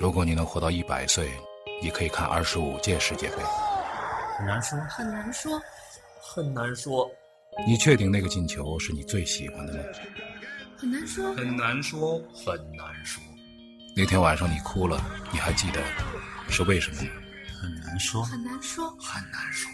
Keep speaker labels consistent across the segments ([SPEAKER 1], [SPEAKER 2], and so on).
[SPEAKER 1] 如果你能活到一百岁，你可以看二十五届世界杯。
[SPEAKER 2] 很难说，
[SPEAKER 3] 很难说。
[SPEAKER 2] 很难说，
[SPEAKER 1] 你确定那个进球是你最喜欢的吗？
[SPEAKER 3] 很难说，
[SPEAKER 2] 很难说，很难说，
[SPEAKER 1] 那天晚上你哭了，你还记得是为什么吗？
[SPEAKER 2] 很难说，
[SPEAKER 3] 很难说。
[SPEAKER 2] 很难说。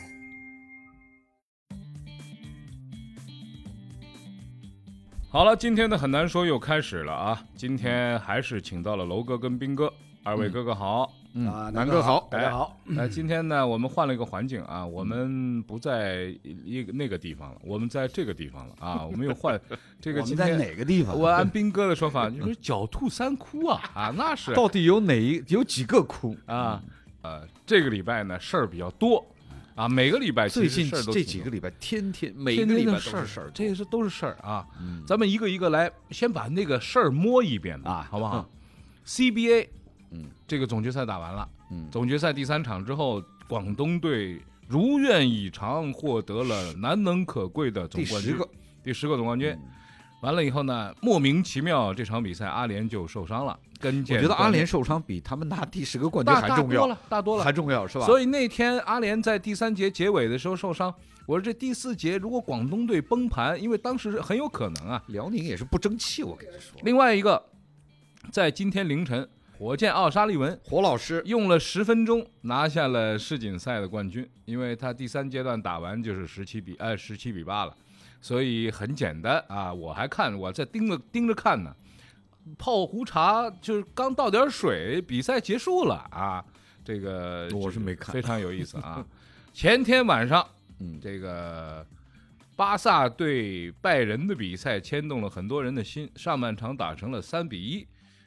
[SPEAKER 4] 好了，今天的很难说又开始了啊！今天还是请到了楼哥跟斌哥，二位哥哥好。嗯
[SPEAKER 5] 啊，南哥好，大
[SPEAKER 4] 哎
[SPEAKER 5] 家好。嗯
[SPEAKER 4] 那今天呢，我们换了一个环境啊，我们不在一个那个地方了，我们在这个地方了 啊，我们又换这个
[SPEAKER 5] 我
[SPEAKER 4] 今
[SPEAKER 5] 们在
[SPEAKER 4] 天。
[SPEAKER 5] 哪啊个地方？
[SPEAKER 4] 我按斌哥的说法，就是狡兔三窟啊啊，那是
[SPEAKER 5] 到底有哪一有几个窟？
[SPEAKER 4] 啊呃，这个礼拜呢事儿比较多啊，每个礼拜其
[SPEAKER 5] 最
[SPEAKER 4] 实
[SPEAKER 5] 近
[SPEAKER 4] 事儿都
[SPEAKER 5] 这
[SPEAKER 4] 挺
[SPEAKER 5] 几
[SPEAKER 4] 多
[SPEAKER 5] 个礼拜，天天每
[SPEAKER 4] 天
[SPEAKER 5] 个礼
[SPEAKER 4] 天
[SPEAKER 5] 拜
[SPEAKER 4] 的事
[SPEAKER 5] 都是
[SPEAKER 4] 儿
[SPEAKER 5] 事儿多，嗯
[SPEAKER 4] 这是都是事儿啊。咱们一个一个来，先把那个事儿摸一遍吧，
[SPEAKER 5] 啊
[SPEAKER 4] 好不好
[SPEAKER 5] 嗯
[SPEAKER 4] ？CBA，
[SPEAKER 5] 嗯，
[SPEAKER 4] 这个总决赛打完了，
[SPEAKER 5] 嗯
[SPEAKER 4] 总决赛第三场之后，广东队如愿以偿获得了难能可贵的总
[SPEAKER 5] 第
[SPEAKER 4] 冠
[SPEAKER 5] 十
[SPEAKER 4] 军，
[SPEAKER 5] 个，嗯
[SPEAKER 4] 第十个总冠军。完了以后呢，莫名其妙这场比赛阿联就受伤了，跟
[SPEAKER 5] 我觉得阿联受伤比他们拿第十个冠军
[SPEAKER 4] 大
[SPEAKER 5] 还
[SPEAKER 4] 大
[SPEAKER 5] 重
[SPEAKER 4] 多
[SPEAKER 5] 要，
[SPEAKER 4] 了，大多了，
[SPEAKER 5] 还重要是吧？
[SPEAKER 4] 所
[SPEAKER 5] 以
[SPEAKER 4] 以那天阿联在第三节结尾的时候受伤，我说这第四节如果广东队崩盘，因为当时是很有可能啊。
[SPEAKER 5] 辽宁也是不争气，我跟你说。
[SPEAKER 4] 另外一个，在今天凌晨，火箭奥沙利文
[SPEAKER 5] 火老师
[SPEAKER 4] 用了十分钟拿下了世锦赛的冠军，因为他第三阶段打完就是十七比呃十七比八了，所以很简单啊。我还看我在盯着盯着看呢，泡壶茶就是刚倒点水，比赛结束了啊。这个
[SPEAKER 5] 我是没看
[SPEAKER 4] 非常有意思啊。前天晚上，
[SPEAKER 5] 嗯
[SPEAKER 4] 这个巴萨对拜仁的比赛牵动了很多人的心，上半场打成了三比一，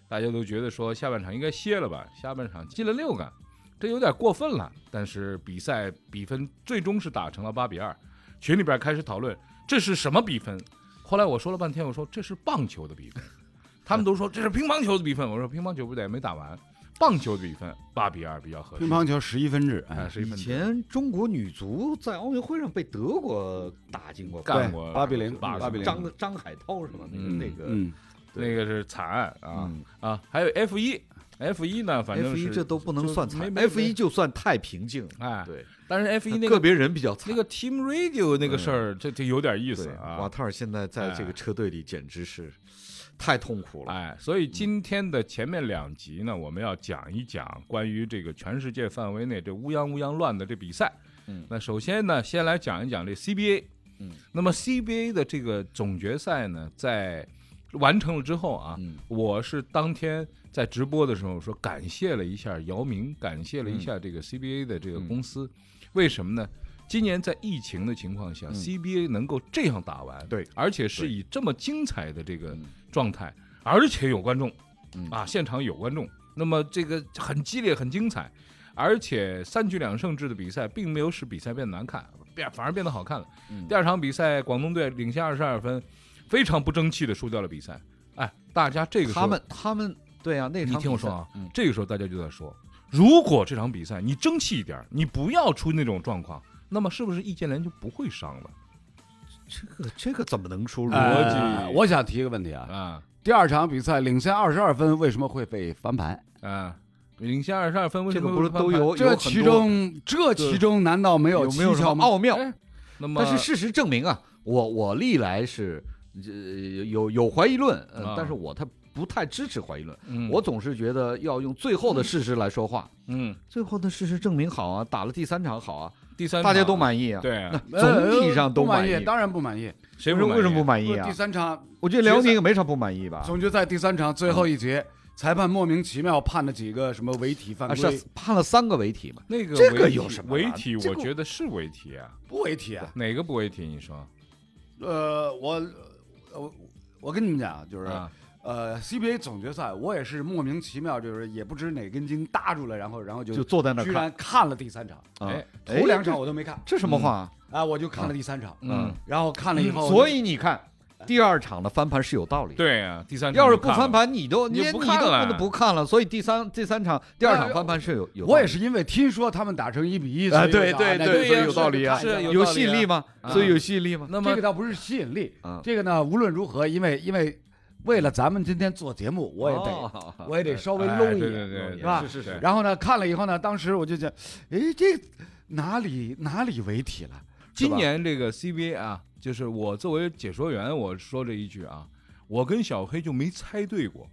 [SPEAKER 4] 大家都觉得说下半场应该歇了吧，下半场进了六个，这有点过分了。但是比赛比分最终是打成了八比二，群里边开始讨论这是什么比分。后来我说了半天，我说这是棒球的比分，他们都说这是乒乓球的比分，我说乒乓球不得没打完，棒球的比分八比二比较合适。
[SPEAKER 6] 乒乓球十一分制，
[SPEAKER 4] 啊，
[SPEAKER 6] 哎，
[SPEAKER 4] 是一
[SPEAKER 5] 以
[SPEAKER 4] 分
[SPEAKER 5] 前中国女足在奥运会上被德国打进过，
[SPEAKER 4] 干过
[SPEAKER 6] 八比零，
[SPEAKER 4] 八
[SPEAKER 6] 八比零，
[SPEAKER 5] 张张海涛是吧？那个
[SPEAKER 4] 嗯
[SPEAKER 5] 那个
[SPEAKER 6] 嗯，
[SPEAKER 4] 那个是惨案啊、
[SPEAKER 5] 嗯
[SPEAKER 4] 啊，还有 F 一，F 一呢，反正
[SPEAKER 5] F
[SPEAKER 4] 是
[SPEAKER 5] 一这都不能
[SPEAKER 4] 就
[SPEAKER 5] 算
[SPEAKER 4] 没
[SPEAKER 5] 惨
[SPEAKER 4] 没
[SPEAKER 5] ，F 一
[SPEAKER 4] 没
[SPEAKER 5] 就算太平静了。
[SPEAKER 4] 哎，
[SPEAKER 5] 对，
[SPEAKER 4] 但是 F 一那
[SPEAKER 5] 个
[SPEAKER 4] 个
[SPEAKER 5] 别人比较惨
[SPEAKER 4] 那。个 Team Radio 那个事儿，这这有点意思
[SPEAKER 5] 对，瓦
[SPEAKER 4] 啊。
[SPEAKER 5] 特尔现在在这个车队里简直是太痛苦了。
[SPEAKER 4] 哎，所以今天的前面两集呢，我们要讲一讲关于这个全世界范围内这乌泱乌泱乱的这比赛。
[SPEAKER 5] 嗯
[SPEAKER 4] 那首先呢，先来讲一讲这 CBA。
[SPEAKER 5] 嗯，
[SPEAKER 4] 那么 CBA 的这个总决赛呢，在完成了之后啊，
[SPEAKER 5] 嗯
[SPEAKER 4] 我是当天在直播的时候说，感谢了一下姚明，感谢了一
[SPEAKER 5] 嗯
[SPEAKER 4] 下这个 CBA 的这个公司，为什么呢？今年在疫情的情况下、c b a 能够这样打完，
[SPEAKER 5] 嗯对，嗯
[SPEAKER 4] 而且是以这么精彩的这个状态，而且有观众，啊，现场有观众，那么这个很激烈，很精彩，而且三局两胜制的比赛并没有使比赛变得难看，变反而变得好看了。
[SPEAKER 5] 嗯
[SPEAKER 4] 第二场比赛，广东队领先二十二分，非常不争气的输掉了比赛。哎，大家这个时候
[SPEAKER 5] 他们他们对啊，那场
[SPEAKER 4] 你听我
[SPEAKER 5] 比赛
[SPEAKER 4] 说啊，这个时候大家就在说，如果这场比赛你争气一点儿，你不要出那种状况，那么是不是易建联就不会伤了
[SPEAKER 5] 这个呃这个怎么能说逻辑？
[SPEAKER 6] 呃我想提一个问题啊，
[SPEAKER 4] 啊？
[SPEAKER 6] 第二场比赛领先二十二分，为什么会被翻盘？
[SPEAKER 4] 啊，领先二十二分，为
[SPEAKER 5] 这
[SPEAKER 4] 什
[SPEAKER 5] 个
[SPEAKER 4] 么
[SPEAKER 5] 不是
[SPEAKER 4] 会翻
[SPEAKER 5] 都
[SPEAKER 4] 盘？
[SPEAKER 5] 有
[SPEAKER 6] 这
[SPEAKER 5] 有
[SPEAKER 6] 其
[SPEAKER 5] 很多
[SPEAKER 6] 中这其中难道没有
[SPEAKER 5] 有没有
[SPEAKER 6] 蹊
[SPEAKER 5] 什
[SPEAKER 6] 跷
[SPEAKER 5] 么
[SPEAKER 6] 吗？
[SPEAKER 5] 奥妙？
[SPEAKER 4] 哎那么
[SPEAKER 5] 但是事实证明啊，我我历来是呃有有怀疑论，呃
[SPEAKER 4] 啊
[SPEAKER 5] 但是我他不太支持怀疑论，
[SPEAKER 4] 嗯
[SPEAKER 5] 我总是觉得要用最后的事实来说话。
[SPEAKER 4] 嗯，
[SPEAKER 5] 最后的事实证明好啊，打了第三场好啊，
[SPEAKER 4] 第三
[SPEAKER 5] 大家
[SPEAKER 4] 场
[SPEAKER 5] 都满意啊。
[SPEAKER 4] 对啊，
[SPEAKER 5] 那总体上都
[SPEAKER 6] 呃不满
[SPEAKER 5] 意。
[SPEAKER 6] 当然不满意。
[SPEAKER 4] 谁
[SPEAKER 5] 为什么为什么不
[SPEAKER 4] 不
[SPEAKER 5] 满意啊
[SPEAKER 6] 第？三场
[SPEAKER 5] 我觉得辽
[SPEAKER 6] 啊
[SPEAKER 5] 宁也啊嗯没啥不满意吧？
[SPEAKER 6] 总决赛第三场最后一节，裁判莫名其妙判了几个什么违体犯
[SPEAKER 5] 啊，
[SPEAKER 6] 规
[SPEAKER 5] 是，判了三个违体嘛？
[SPEAKER 4] 那个
[SPEAKER 5] 这个
[SPEAKER 4] 违体
[SPEAKER 5] 有什么
[SPEAKER 4] 违
[SPEAKER 5] 了
[SPEAKER 4] 体？
[SPEAKER 5] 这
[SPEAKER 4] 我
[SPEAKER 5] 个
[SPEAKER 4] 觉得是违体啊，
[SPEAKER 6] 不违体啊？
[SPEAKER 4] 哪个不违体？你说
[SPEAKER 6] 呃，我我我跟你们讲，就是
[SPEAKER 4] 啊？
[SPEAKER 6] 呃，CBA 总决赛，我也是莫名其妙，就是也不知哪根筋搭住了，然后然后就
[SPEAKER 5] 就坐在那儿
[SPEAKER 6] 居
[SPEAKER 5] 看。
[SPEAKER 6] 然看了第三场，
[SPEAKER 4] 哎
[SPEAKER 5] 啊，
[SPEAKER 6] 头两
[SPEAKER 5] 这
[SPEAKER 6] 场我都没看
[SPEAKER 5] 这什么话啊？
[SPEAKER 6] 啊，我就看了第三场，
[SPEAKER 4] 嗯，
[SPEAKER 6] 然后看了以后，
[SPEAKER 5] 所以你看，第二场的翻盘是有道理的。
[SPEAKER 4] 对啊，第三场
[SPEAKER 5] 要是
[SPEAKER 4] 就
[SPEAKER 5] 不
[SPEAKER 4] 看
[SPEAKER 5] 翻
[SPEAKER 4] 了，
[SPEAKER 5] 盘，你都
[SPEAKER 4] 你就
[SPEAKER 5] 你你
[SPEAKER 4] 不
[SPEAKER 5] 都
[SPEAKER 4] 看了
[SPEAKER 5] 不能不看了。所以第三第三场、第二场翻盘是有有道理的。
[SPEAKER 6] 我也是因为听说他们打成一比一，
[SPEAKER 5] 啊
[SPEAKER 6] 所以
[SPEAKER 5] 对
[SPEAKER 6] 我
[SPEAKER 5] 对
[SPEAKER 6] 啊那
[SPEAKER 5] 对
[SPEAKER 6] 就
[SPEAKER 5] 所以
[SPEAKER 6] 是
[SPEAKER 5] 有道理啊
[SPEAKER 6] 看一下吧
[SPEAKER 4] 是有
[SPEAKER 5] 有
[SPEAKER 4] 道理
[SPEAKER 5] 吸
[SPEAKER 4] 啊
[SPEAKER 5] 引力吗？
[SPEAKER 4] 啊
[SPEAKER 5] 所以有吸引力吗？
[SPEAKER 4] 那么
[SPEAKER 6] 这个倒不是吸引力
[SPEAKER 5] 啊，
[SPEAKER 6] 这个呢，无论如何，因为因为为了咱们今天做节目，我也得、
[SPEAKER 5] 哦
[SPEAKER 6] 我也得稍微
[SPEAKER 4] 哎
[SPEAKER 6] 搂一眼，
[SPEAKER 4] 对对对，
[SPEAKER 6] 是吧？
[SPEAKER 4] 是是是，
[SPEAKER 6] 然后呢，看了以后呢，当时我就讲，诶，这哪里哪里违体了？是
[SPEAKER 4] 今
[SPEAKER 6] 吧
[SPEAKER 4] 年这个 CBA 啊，就是我作为解说员，我说这一句啊，我跟小黑就没猜对过，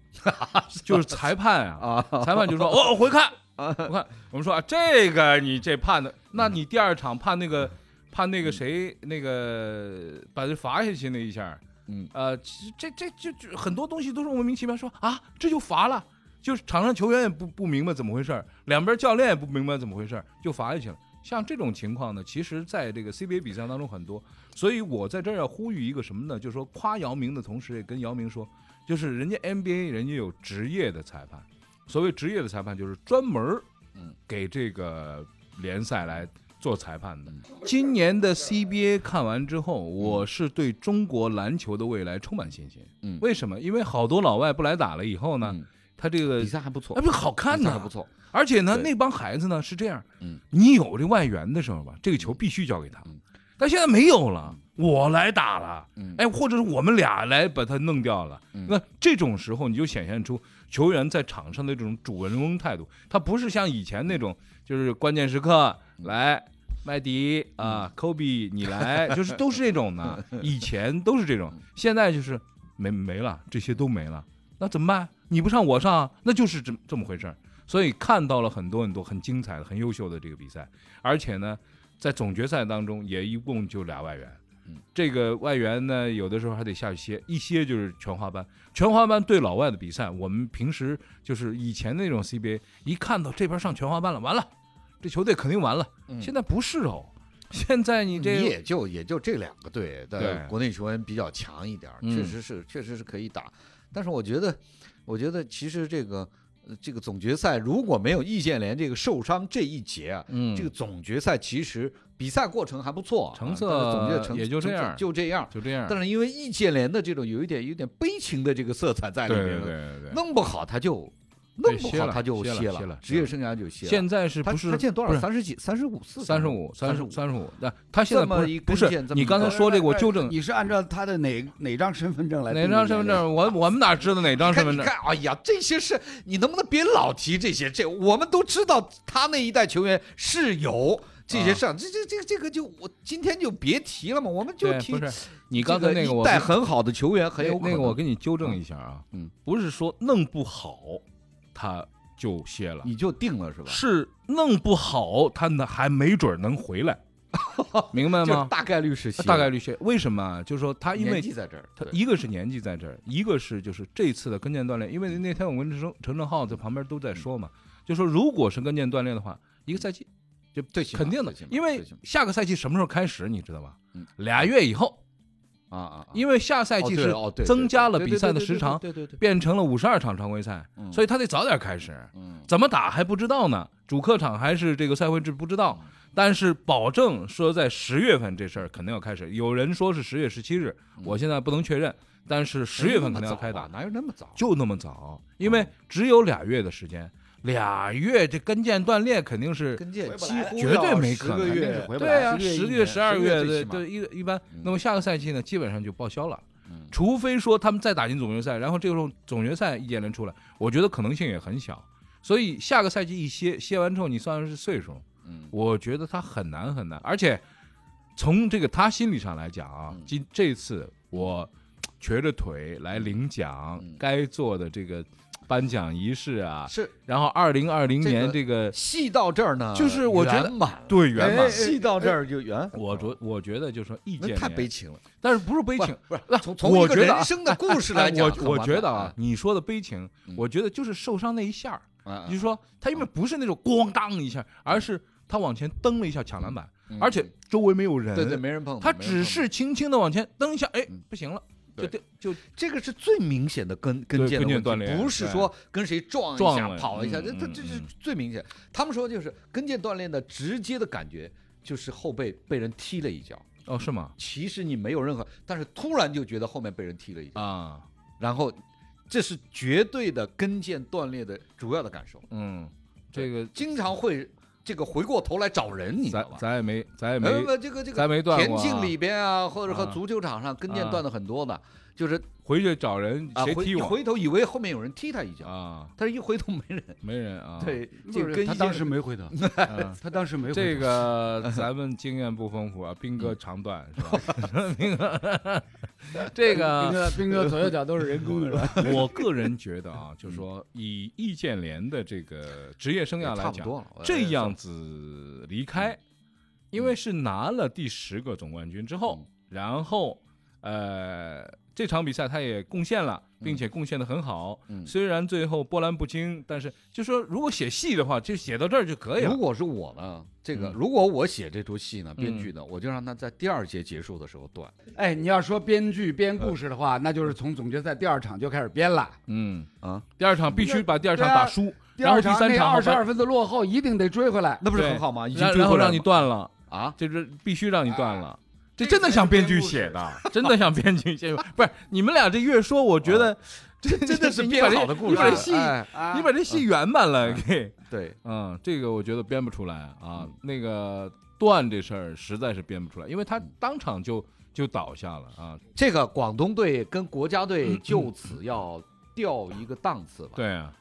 [SPEAKER 4] 就是裁判啊，裁判就说哦，我回看，我看，我们说啊，这个你这判的，那你第二场判那个判那个谁那个把人罚下去那一下，
[SPEAKER 5] 嗯，
[SPEAKER 4] 呃，其实这这这就很多东西都是莫名其妙说啊，这就罚了。就是场上球员也不不明白怎么回事儿，两边教练也不明白怎么回事儿，就罚下去了。像这种情况呢，其实在这个 CBA 比赛当中很多，所以我在这儿要呼吁一个什么呢？就是说夸姚明的同时，也跟姚明说，就是人家 NBA 人家有职业的裁判，所谓职业的裁判就是专门儿
[SPEAKER 5] 嗯
[SPEAKER 4] 给这个联赛来做裁判的。
[SPEAKER 5] 嗯
[SPEAKER 4] 今年的 CBA 看完之后，我是对中国篮球的未来充满信心。
[SPEAKER 5] 嗯
[SPEAKER 4] 为什么？因为好多老外不来打了以后呢，
[SPEAKER 5] 嗯
[SPEAKER 4] 他这个
[SPEAKER 5] 比赛还不错
[SPEAKER 4] 哎，，不好看
[SPEAKER 5] 比赛
[SPEAKER 4] 呐，
[SPEAKER 5] 还不。错，
[SPEAKER 4] 而且呢，
[SPEAKER 5] 对
[SPEAKER 4] 那帮孩子呢是这样，
[SPEAKER 5] 嗯，
[SPEAKER 4] 你有这外援的时候吧，这个球必须交给他
[SPEAKER 5] 嗯，
[SPEAKER 4] 但现在没有了，我来打了，
[SPEAKER 5] 嗯
[SPEAKER 4] 哎，或者是我们俩来把他弄掉了。
[SPEAKER 5] 嗯
[SPEAKER 4] 那这种时候，你就显现出球员在场上的这种主人翁态度，他不是像以前那种，就是关键时刻
[SPEAKER 5] 嗯
[SPEAKER 4] 来。麦迪啊，科比，你来，就是都是这种 的，以前都是这
[SPEAKER 5] 嗯
[SPEAKER 4] 种，现在就是没没了，这些都没了，那怎么办？你不上我上啊，那就是这么这么回事儿。所以看到了很多很多很精彩的、很优秀的这个比赛，而且呢，在总决赛当中也一共就俩外援
[SPEAKER 5] 嗯，
[SPEAKER 4] 这个外援呢，有的时候还得下去歇，一歇就是全华班。全华班对老外的比赛，我们平时就是以前那种 CBA，一看到这边上全华班了，完了，这球队肯定完了。
[SPEAKER 5] 嗯
[SPEAKER 4] 现在不是哦，现在你这
[SPEAKER 5] 你也就也就这两个队在
[SPEAKER 4] 对
[SPEAKER 5] 国内球员比较强一点儿，
[SPEAKER 4] 嗯
[SPEAKER 5] 确实是确实是可以打。但是我觉得，我觉得其实这个呃这个总决赛如果没有易建联这个受伤这一节啊，
[SPEAKER 4] 嗯
[SPEAKER 5] 这个总决赛其实比赛过程还不错啊，
[SPEAKER 4] 成色
[SPEAKER 5] 但是总决赛成
[SPEAKER 4] 也就这样
[SPEAKER 5] 成就这样。
[SPEAKER 4] 就这样。
[SPEAKER 5] 但是因为易建联的这种有一点有一点悲情的这个色彩在里
[SPEAKER 4] 对
[SPEAKER 5] 面
[SPEAKER 4] 对
[SPEAKER 5] 了，
[SPEAKER 4] 对对对，
[SPEAKER 5] 弄不好他就
[SPEAKER 4] 对
[SPEAKER 5] 弄不
[SPEAKER 4] 歇
[SPEAKER 5] 好
[SPEAKER 4] 了
[SPEAKER 5] 他就
[SPEAKER 4] 歇了
[SPEAKER 5] 歇
[SPEAKER 4] 歇了
[SPEAKER 5] 职业生涯就歇了。
[SPEAKER 4] 现在是
[SPEAKER 5] 他
[SPEAKER 4] 不是
[SPEAKER 5] 他现在多
[SPEAKER 4] 不
[SPEAKER 5] 少？
[SPEAKER 4] 是
[SPEAKER 5] 三十几、三十五、四
[SPEAKER 4] 三十五、三十
[SPEAKER 5] 十
[SPEAKER 4] 五、三十五，那他现在
[SPEAKER 5] 这么
[SPEAKER 4] 不
[SPEAKER 5] 一
[SPEAKER 4] 是
[SPEAKER 5] 根
[SPEAKER 4] 不是
[SPEAKER 5] 线这么哎
[SPEAKER 4] 你刚才
[SPEAKER 5] 一
[SPEAKER 4] 说这个，我纠正
[SPEAKER 6] 你是按照他的哪哪张身份证来？
[SPEAKER 5] 哎
[SPEAKER 4] 哪张身份？证？我我们哪知道哪张身
[SPEAKER 5] 看
[SPEAKER 4] 份
[SPEAKER 5] 你
[SPEAKER 4] 证？
[SPEAKER 5] 看，哎呀，这些事你能不能别老提这些？这我们都知道，他那一代球员是有这
[SPEAKER 4] 啊
[SPEAKER 5] 些事儿，这这这这个就我今天就别提了嘛，我们就
[SPEAKER 4] 对，
[SPEAKER 5] 提
[SPEAKER 4] 不是你刚才那
[SPEAKER 5] 这
[SPEAKER 4] 我
[SPEAKER 5] 一代很好的球员很有
[SPEAKER 4] 那
[SPEAKER 5] 可能
[SPEAKER 4] 那个我给你纠正一下啊，
[SPEAKER 5] 嗯，
[SPEAKER 4] 不是说弄不好他就歇了，
[SPEAKER 5] 你就定了是吧？
[SPEAKER 4] 是弄不好他呢还没准儿能回 来，明白
[SPEAKER 5] 就
[SPEAKER 4] 吗？
[SPEAKER 5] 大概率是
[SPEAKER 4] 大概率歇，为什么啊？就是说他因为
[SPEAKER 5] 年纪在这儿，
[SPEAKER 4] 他
[SPEAKER 5] 对
[SPEAKER 4] 一个是年纪在这儿，一个是就是这次的跟腱断裂，因为那天我跟陈正陈正浩在旁边
[SPEAKER 5] 嗯
[SPEAKER 4] 都在说嘛，就说如果是跟腱断裂的话，一个赛季就
[SPEAKER 5] 最起码
[SPEAKER 4] 肯定的
[SPEAKER 5] 最起码，
[SPEAKER 4] 因为
[SPEAKER 5] 最起码
[SPEAKER 4] 下个赛季什么时候开始你知道吗
[SPEAKER 5] 嗯？
[SPEAKER 4] 俩月以后，
[SPEAKER 5] 啊啊，啊
[SPEAKER 4] 因为下赛季
[SPEAKER 5] 哦对
[SPEAKER 4] 是
[SPEAKER 5] 哦对对
[SPEAKER 4] 增加了
[SPEAKER 5] 对
[SPEAKER 4] 比
[SPEAKER 5] 对
[SPEAKER 4] 赛的
[SPEAKER 5] 对对
[SPEAKER 4] 时
[SPEAKER 5] 对
[SPEAKER 4] 长，
[SPEAKER 5] 对对对，
[SPEAKER 4] 变成了五十二场常规赛，
[SPEAKER 5] 嗯
[SPEAKER 4] 所以他得早点开始，
[SPEAKER 5] 嗯
[SPEAKER 4] 怎么打还不知道呢，主客场还是这个赛会制不知道，
[SPEAKER 5] 嗯
[SPEAKER 4] 但是保证说在十月份这事儿肯定要开始，有人说是十月十七日，我现在不能确认，但是十月份肯定要开打，
[SPEAKER 5] 哪嗯哎有那么早？啊嗯
[SPEAKER 4] 就那么早，因为只有俩月的时间，俩月这跟腱断裂肯定是
[SPEAKER 5] 跟腱
[SPEAKER 6] 几乎
[SPEAKER 4] 绝对没可能
[SPEAKER 6] 要十个月回不
[SPEAKER 4] 对
[SPEAKER 6] 来
[SPEAKER 4] 呀、
[SPEAKER 5] 10月啊
[SPEAKER 4] 十
[SPEAKER 5] 一
[SPEAKER 4] 月、
[SPEAKER 5] 年
[SPEAKER 4] 十二
[SPEAKER 5] 10
[SPEAKER 4] 月
[SPEAKER 5] 月最
[SPEAKER 4] 的
[SPEAKER 5] 起码
[SPEAKER 4] 对一一般
[SPEAKER 5] 嗯。
[SPEAKER 4] 那么下个赛季呢，基本上就报销了
[SPEAKER 5] 嗯，
[SPEAKER 4] 除非说他们再打进总决赛，然后这个时候总决赛易建联出来，我觉得可能性也很小。所以下个赛季一歇歇完之后，你算算是岁数，
[SPEAKER 5] 嗯
[SPEAKER 4] 我觉得他很难很难。而且从这个他心理上来讲啊
[SPEAKER 5] 嗯，
[SPEAKER 4] 今这次我瘸着腿来领奖
[SPEAKER 5] 嗯，
[SPEAKER 4] 该做的这个颁奖仪式啊，
[SPEAKER 5] 是
[SPEAKER 4] 然后二零二零
[SPEAKER 5] 这个
[SPEAKER 4] 年这个
[SPEAKER 5] 戏到这儿呢，
[SPEAKER 4] 就是我觉得
[SPEAKER 5] 圆满了，
[SPEAKER 4] 队员嘛
[SPEAKER 5] 哎，戏到这儿就圆，
[SPEAKER 4] 我觉我觉得就是说易
[SPEAKER 5] 那
[SPEAKER 4] 建
[SPEAKER 5] 太
[SPEAKER 4] 联
[SPEAKER 5] 悲情了。
[SPEAKER 4] 但是不是悲情？
[SPEAKER 5] 不是
[SPEAKER 4] 那
[SPEAKER 5] 从从
[SPEAKER 4] 啊我
[SPEAKER 5] 一个
[SPEAKER 4] 觉得
[SPEAKER 5] 人生的故事来
[SPEAKER 4] 哎
[SPEAKER 5] 讲，很
[SPEAKER 4] 我我
[SPEAKER 5] 完
[SPEAKER 4] 觉
[SPEAKER 5] 美
[SPEAKER 4] 得啊，，你说的悲情
[SPEAKER 5] 嗯，
[SPEAKER 4] 我觉得就是受伤那一下儿，
[SPEAKER 5] 啊
[SPEAKER 4] 你就说他因为不是那种咣当一下，而是他往前蹬了一下抢篮板，而且周围没有人，
[SPEAKER 5] 嗯对对，没人碰
[SPEAKER 4] 他
[SPEAKER 5] 没人
[SPEAKER 4] 只
[SPEAKER 5] 碰
[SPEAKER 4] 是轻轻的往前蹬一下，哎
[SPEAKER 5] 嗯，
[SPEAKER 4] 不行了，就
[SPEAKER 5] 对
[SPEAKER 4] 就就
[SPEAKER 5] 这个是最明显的跟跟
[SPEAKER 4] 对
[SPEAKER 5] 腱的
[SPEAKER 4] 跟腱
[SPEAKER 5] 问题
[SPEAKER 4] 断裂
[SPEAKER 5] 不是
[SPEAKER 4] 对
[SPEAKER 5] 说跟谁撞一
[SPEAKER 4] 撞
[SPEAKER 5] 下
[SPEAKER 4] 了
[SPEAKER 5] 跑一下，
[SPEAKER 4] 嗯
[SPEAKER 5] 这这
[SPEAKER 4] 嗯
[SPEAKER 5] 这是
[SPEAKER 4] 嗯
[SPEAKER 5] 最明显。他们说就是跟腱断裂的直接的感觉就是后背被人踢了一脚，
[SPEAKER 4] 哦是吗？
[SPEAKER 5] 其实你没有任何，但是突然就觉得后面被人踢了一脚，
[SPEAKER 4] 啊，
[SPEAKER 5] 然后这是绝对的跟腱断裂的主要的感受，
[SPEAKER 4] 嗯，这个
[SPEAKER 5] 经常会这个回过头来找人，你知
[SPEAKER 4] 咱
[SPEAKER 5] 道吧？
[SPEAKER 4] 咱也没咱也没
[SPEAKER 5] 呃不，这个这个
[SPEAKER 4] 咱没断过
[SPEAKER 5] 田
[SPEAKER 4] 啊
[SPEAKER 5] 径里边啊，或者和
[SPEAKER 4] 啊
[SPEAKER 5] 足球场上跟
[SPEAKER 4] 啊
[SPEAKER 5] 腱断的很多的，就是
[SPEAKER 4] 回去找人
[SPEAKER 5] 啊，
[SPEAKER 4] 谁
[SPEAKER 5] 回
[SPEAKER 4] 踢
[SPEAKER 5] 你
[SPEAKER 4] 我
[SPEAKER 5] 回头以为后面有人踢他一脚，
[SPEAKER 4] 啊？
[SPEAKER 5] 但是一回头没 人。
[SPEAKER 4] 没人啊。
[SPEAKER 5] 对，这
[SPEAKER 6] 这
[SPEAKER 5] 跟
[SPEAKER 6] 跟他
[SPEAKER 5] 一些
[SPEAKER 6] 当时没 回头，
[SPEAKER 5] 啊
[SPEAKER 4] 嗯，
[SPEAKER 6] 他当时没回头。
[SPEAKER 4] 这个咱们经验不丰富啊，兵哥
[SPEAKER 5] 嗯
[SPEAKER 4] 长短是吧？ 兵哥，这
[SPEAKER 6] 斌
[SPEAKER 4] 个
[SPEAKER 6] 哥，斌哥左右脚都是人工的，是吧？
[SPEAKER 4] 我个人觉得啊，就是说以易建联的这个职业生涯
[SPEAKER 5] 差
[SPEAKER 4] 来
[SPEAKER 5] 不
[SPEAKER 4] 讲，
[SPEAKER 5] 多了，哎
[SPEAKER 4] 这样子离开，
[SPEAKER 5] 嗯
[SPEAKER 4] 因为是拿了第十个总冠军之后，
[SPEAKER 5] 嗯
[SPEAKER 4] 然后呃这场比赛他也贡献了，并且贡献的很好。
[SPEAKER 5] 嗯
[SPEAKER 4] 虽然最后波澜不惊，但是就说如果写戏的话，就写到这儿就可以
[SPEAKER 5] 如
[SPEAKER 4] 了。
[SPEAKER 5] 果是我呢，这个
[SPEAKER 4] 嗯
[SPEAKER 5] 如果我写这出戏呢，编剧呢，我就让他在第二节结束的时候断。
[SPEAKER 6] 哎，你要说编剧编故事的话，那就是从总决赛第二场就开始编了。
[SPEAKER 4] 嗯
[SPEAKER 5] 啊，
[SPEAKER 4] 第二场必须把第二场
[SPEAKER 6] 对啊
[SPEAKER 4] 打输，
[SPEAKER 6] 第
[SPEAKER 4] 然后
[SPEAKER 6] 二
[SPEAKER 4] 第三
[SPEAKER 6] 那
[SPEAKER 4] 场
[SPEAKER 6] 二十二分的落后一定得追回来。
[SPEAKER 5] 那不是
[SPEAKER 4] 对
[SPEAKER 5] 很好吗？已经
[SPEAKER 4] 然
[SPEAKER 5] 追
[SPEAKER 4] 然
[SPEAKER 5] 回
[SPEAKER 4] 后
[SPEAKER 5] 来
[SPEAKER 4] 让你
[SPEAKER 5] 了
[SPEAKER 4] 断了，
[SPEAKER 5] 啊，
[SPEAKER 4] 这是必须让你断了。这真的像编剧写的，真的像编剧写的， 不是你们俩这越说，我觉得这
[SPEAKER 5] 真的是编好的故
[SPEAKER 4] 你
[SPEAKER 5] 事。
[SPEAKER 4] 把这戏
[SPEAKER 5] 哎
[SPEAKER 6] 啊
[SPEAKER 4] 你把这戏圆满了，给
[SPEAKER 5] 对，
[SPEAKER 4] 嗯，这个我觉得编不出来啊，那个断这事儿实在是编不出来，因为他当场就就倒下了啊，
[SPEAKER 5] 这个广东队跟国家队就此 要掉一个档次吧？，
[SPEAKER 4] 对啊，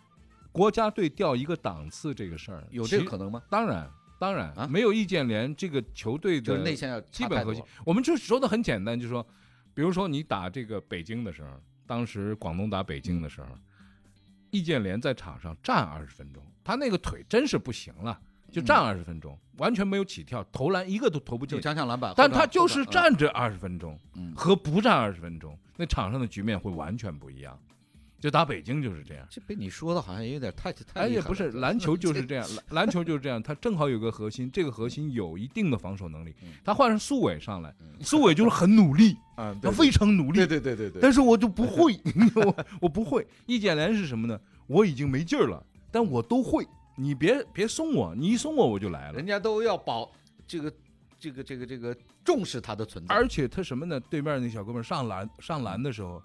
[SPEAKER 4] 国家队掉一个档次这个事儿
[SPEAKER 5] 有这个
[SPEAKER 4] 其
[SPEAKER 5] 可能吗？
[SPEAKER 4] 当然当然、
[SPEAKER 5] 啊
[SPEAKER 4] 没有易建联这个球队
[SPEAKER 5] 就
[SPEAKER 4] 的
[SPEAKER 5] 是内线要
[SPEAKER 4] 基
[SPEAKER 5] 差太
[SPEAKER 4] 本核
[SPEAKER 5] 多
[SPEAKER 4] 心
[SPEAKER 5] 了，
[SPEAKER 4] 我们就说的很简单，就说，比如说你打这个北京的时候，当时广东打北京的时候，易建联在场上站二十分钟，他那个腿真是不行了，就站二十分钟，完全没有起跳，投篮一个都投不进
[SPEAKER 5] 嗯就。强抢篮板，
[SPEAKER 4] 但
[SPEAKER 5] 后场
[SPEAKER 4] 他就是
[SPEAKER 5] 后场
[SPEAKER 4] 站着二十分钟
[SPEAKER 5] 嗯，
[SPEAKER 4] 和不站二十分钟，那场上的局面会完全不一样。就打北京就是这样
[SPEAKER 5] 嗯，这被你说的好像有点太太
[SPEAKER 4] 哎
[SPEAKER 5] 厉
[SPEAKER 4] 也
[SPEAKER 5] 害了
[SPEAKER 4] 不是篮球 就是这样，篮篮球就是这样，他正好有个核心，这个核心有一定的防守能力
[SPEAKER 5] 嗯，
[SPEAKER 4] 他换上苏伟上来，苏伟就是很努力，
[SPEAKER 5] 啊，
[SPEAKER 4] 他
[SPEAKER 5] 对
[SPEAKER 4] 嗯非常努力，
[SPEAKER 5] 对对对对，
[SPEAKER 4] 但是我就不会， 我我不会。易建联是什么呢？我已经没劲儿了，但我都会。你别别松我，你一松我我就来了
[SPEAKER 5] 人。家都要保这个这个这个这个重视他的存在，
[SPEAKER 4] 而且他什么呢？对面那小哥们儿上篮上篮的时候，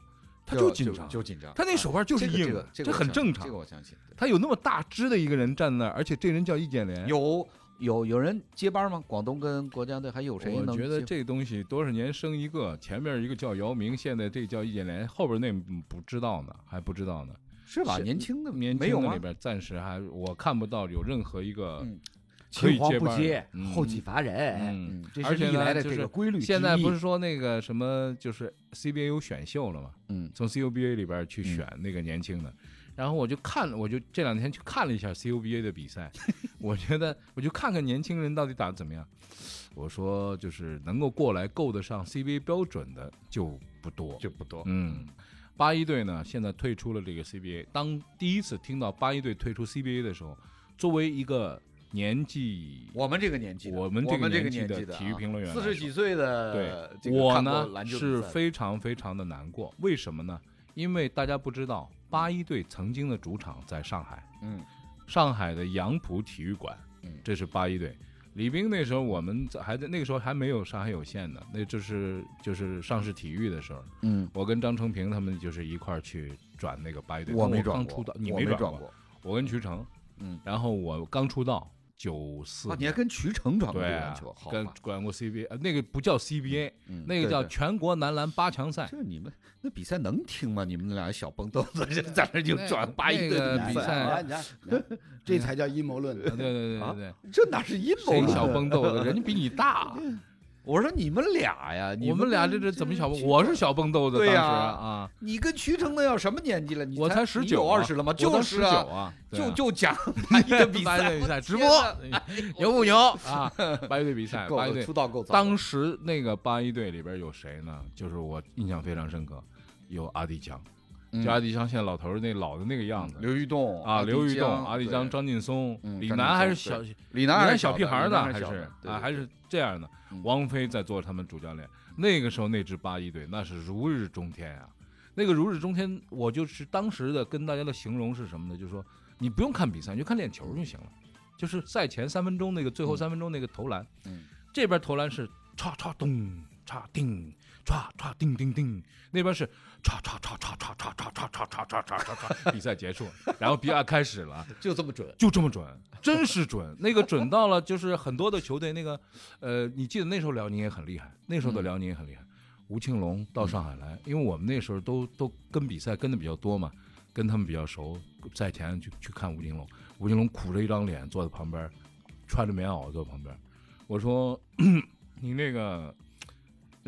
[SPEAKER 4] 他
[SPEAKER 5] 就
[SPEAKER 4] 就紧张，
[SPEAKER 5] 就紧张，啊
[SPEAKER 4] 他那手腕就是
[SPEAKER 5] 这个
[SPEAKER 4] 硬
[SPEAKER 5] 这
[SPEAKER 4] 的
[SPEAKER 5] 个，
[SPEAKER 4] 这
[SPEAKER 5] 这个我
[SPEAKER 4] 很
[SPEAKER 5] 相
[SPEAKER 4] 正
[SPEAKER 5] 信
[SPEAKER 4] 常
[SPEAKER 5] 这个。我相信。对
[SPEAKER 4] 他有那么大只的一个人站那儿，而且这人叫易建联。
[SPEAKER 5] 有有有人接班吗？广东跟国家队还有谁
[SPEAKER 4] 我
[SPEAKER 5] 能接？
[SPEAKER 4] 觉得这东西多少年生一个，前面一个叫姚明，现在这叫易建联，后边那嗯不知道呢，还不知道呢。
[SPEAKER 5] 是吧？
[SPEAKER 4] 是
[SPEAKER 5] 年轻的
[SPEAKER 4] 年
[SPEAKER 5] 没
[SPEAKER 4] 轻
[SPEAKER 5] 有
[SPEAKER 4] 的
[SPEAKER 5] 吗
[SPEAKER 4] 里？边暂时还我看不到有任何一个
[SPEAKER 5] 嗯
[SPEAKER 4] 可以
[SPEAKER 6] 青黄
[SPEAKER 4] 接
[SPEAKER 6] 不
[SPEAKER 4] 班
[SPEAKER 6] 接嗯
[SPEAKER 4] 人，
[SPEAKER 6] 后继乏人，
[SPEAKER 4] 嗯
[SPEAKER 5] 嗯，
[SPEAKER 6] 这
[SPEAKER 4] 而
[SPEAKER 6] 是
[SPEAKER 4] 且
[SPEAKER 6] 历
[SPEAKER 4] 呢
[SPEAKER 6] 来的
[SPEAKER 4] 就
[SPEAKER 6] 这
[SPEAKER 4] 是
[SPEAKER 6] 个规律之一。
[SPEAKER 4] 现在不是说那个什么，就是 CBA 有选秀了嘛？
[SPEAKER 5] 嗯
[SPEAKER 4] 从 CUBA 里边
[SPEAKER 6] 嗯
[SPEAKER 4] 去选那个年轻的。然后我就看，我就这两天去看了一下 CUBA 的比 赛，我觉得我就看看年轻人到底打得怎么样。我说就是能够过来够得上 CBA 标准的就不多，
[SPEAKER 5] 就不多。
[SPEAKER 4] 嗯，八一队呢现在退出了这个 CBA。当第一次听到八一队退出 CBA 的时候，作为一个年纪
[SPEAKER 5] 我们这个年纪的，
[SPEAKER 4] 我
[SPEAKER 5] 我
[SPEAKER 4] 们这个
[SPEAKER 5] 这个
[SPEAKER 4] 年纪的
[SPEAKER 5] 纪的啊
[SPEAKER 4] 体育评论员
[SPEAKER 5] 四
[SPEAKER 4] 来
[SPEAKER 5] 十
[SPEAKER 4] 说
[SPEAKER 5] 几岁的
[SPEAKER 4] 对，
[SPEAKER 5] 呃这个
[SPEAKER 4] 我
[SPEAKER 5] 看过
[SPEAKER 4] 呢
[SPEAKER 5] 篮球比
[SPEAKER 4] 是
[SPEAKER 5] 赛
[SPEAKER 4] 非常非常的难过，为什么呢？因为大家不知道，八一队曾经的主场在上海，
[SPEAKER 5] 嗯，
[SPEAKER 4] 上海的杨浦体育馆，
[SPEAKER 5] 嗯
[SPEAKER 4] 这是八一队。李斌那时候我们在还在那个时候还没有上海有线呢，那就是就是上市体育的时候，
[SPEAKER 5] 嗯，
[SPEAKER 4] 我跟张成平他们就是一块儿去转那个八一队，
[SPEAKER 5] 我没转
[SPEAKER 4] 刚
[SPEAKER 5] 过
[SPEAKER 4] 出道，，你
[SPEAKER 5] 我
[SPEAKER 4] 没
[SPEAKER 5] 转
[SPEAKER 4] 过，，我跟瞿成，
[SPEAKER 5] 嗯，
[SPEAKER 4] 然后我刚出道九四
[SPEAKER 5] 啊，，你还跟瞿成转过这
[SPEAKER 4] 对
[SPEAKER 5] 个
[SPEAKER 4] 啊
[SPEAKER 5] 篮球，好，
[SPEAKER 4] 跟
[SPEAKER 5] 吧？
[SPEAKER 4] 管过 CBA，呃那个不叫 CBA，
[SPEAKER 5] 嗯
[SPEAKER 4] 那个叫
[SPEAKER 5] 对对
[SPEAKER 4] 全国男篮八强 赛。啊
[SPEAKER 5] 这你们那比赛能听吗？你们俩小蹦豆子 在那就转八一队
[SPEAKER 4] 啊那个
[SPEAKER 5] 的
[SPEAKER 4] 比
[SPEAKER 5] 比
[SPEAKER 4] 赛
[SPEAKER 6] 哎你看，你看，你看这才叫阴谋 论
[SPEAKER 4] 对对对
[SPEAKER 5] 啊
[SPEAKER 4] 对对，
[SPEAKER 5] 这哪是阴谋
[SPEAKER 4] 谁
[SPEAKER 5] 论？
[SPEAKER 4] 小蹦豆 子？人家比你大，
[SPEAKER 5] 我说你们俩呀，你
[SPEAKER 4] 我们俩这这怎么小蹦？我是小蹦豆子，当
[SPEAKER 5] 对
[SPEAKER 4] 时
[SPEAKER 5] 呀
[SPEAKER 4] 啊，
[SPEAKER 5] 你跟瞿成那要什么年纪了？你
[SPEAKER 4] 我
[SPEAKER 5] 才
[SPEAKER 4] 十
[SPEAKER 5] 你
[SPEAKER 4] 九
[SPEAKER 5] 有二十了吗？就
[SPEAKER 4] 十
[SPEAKER 5] 是
[SPEAKER 4] 九
[SPEAKER 5] 啊，
[SPEAKER 4] 啊，对啊
[SPEAKER 5] 就 就讲八一的比
[SPEAKER 4] 八一
[SPEAKER 5] 赛
[SPEAKER 4] 队比赛直播
[SPEAKER 5] 我天哪 哎
[SPEAKER 4] 牛不牛啊？八一队比赛，
[SPEAKER 5] 够
[SPEAKER 4] 八一
[SPEAKER 5] 了
[SPEAKER 4] 队
[SPEAKER 5] 出道够
[SPEAKER 4] 哎
[SPEAKER 5] 早。
[SPEAKER 4] 当时那个八一队里边有谁呢？就是我印象非常深刻，有阿迪强，
[SPEAKER 5] 嗯
[SPEAKER 4] 就阿迪强现在老头儿那老的那个样子
[SPEAKER 5] 刘玉栋
[SPEAKER 4] 啊，刘玉栋、阿迪
[SPEAKER 5] 江
[SPEAKER 4] 强、，张劲松、
[SPEAKER 5] 嗯
[SPEAKER 4] 李
[SPEAKER 5] 张劲
[SPEAKER 4] 楠还是
[SPEAKER 5] 松
[SPEAKER 4] 小
[SPEAKER 5] 对李
[SPEAKER 4] 你
[SPEAKER 5] 楠
[SPEAKER 4] 还
[SPEAKER 5] 是
[SPEAKER 4] 小屁孩儿呢，
[SPEAKER 5] 呢，
[SPEAKER 4] 还
[SPEAKER 5] 李
[SPEAKER 4] 是
[SPEAKER 5] 楠小的对
[SPEAKER 4] 啊，
[SPEAKER 5] 对
[SPEAKER 4] 还是这样的
[SPEAKER 5] 嗯。
[SPEAKER 4] 王菲在做他们主教练，那个时候那支八一队那是如日中天啊，那个如日中天，我就是当时的跟大家的形容是什么呢？就是说你不用看比赛，你就看练球就行了，就是赛前三分钟那个最后三分钟那个投篮，
[SPEAKER 5] 嗯
[SPEAKER 4] 这边投篮是歘歘咚歘叮。歘歘叮叮叮，那边是歘歘歘歘歘歘歘歘歘歘歘歘歘，比赛结束，然后比赛开始了，
[SPEAKER 5] 就这么准。
[SPEAKER 4] 就这么准，真是准。那个准到了，就是很多的球队那个，呃，你记得那时候辽宁也很厉害，那时候的辽宁也很厉害。吴庆龙到上海来，因为我们那时候都都跟比赛跟的比较多嘛，跟他们比较熟，赛前去去看吴庆龙，吴庆龙苦着一张脸坐在旁边，穿着棉袄坐旁边，我说 你那个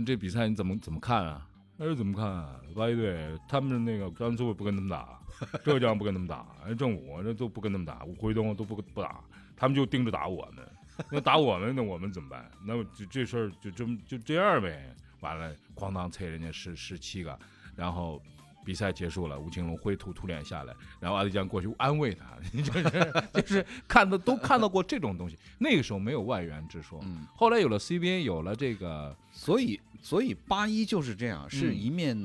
[SPEAKER 4] 这比赛你怎么怎么看啊？他说怎么看啊？八一队他们那个甘肃不跟他们打，浙江不跟他们打，正武这都不跟他们打，回东都不不打，他们就盯着打我们。那打我们，那我们怎么办？那么这这事儿就这么就这样呗。完了，哐当啐人家十十七个，然后比赛结束了，吴青龙灰头土脸下来，然后阿丽江过去安慰他， 就是就是看到都看到过这种东西。那个时候没有外援之说，
[SPEAKER 5] 嗯
[SPEAKER 4] 后来有了 CBA，有了这个
[SPEAKER 5] 所以，所以八一就是这样，是
[SPEAKER 4] 嗯
[SPEAKER 5] 一面、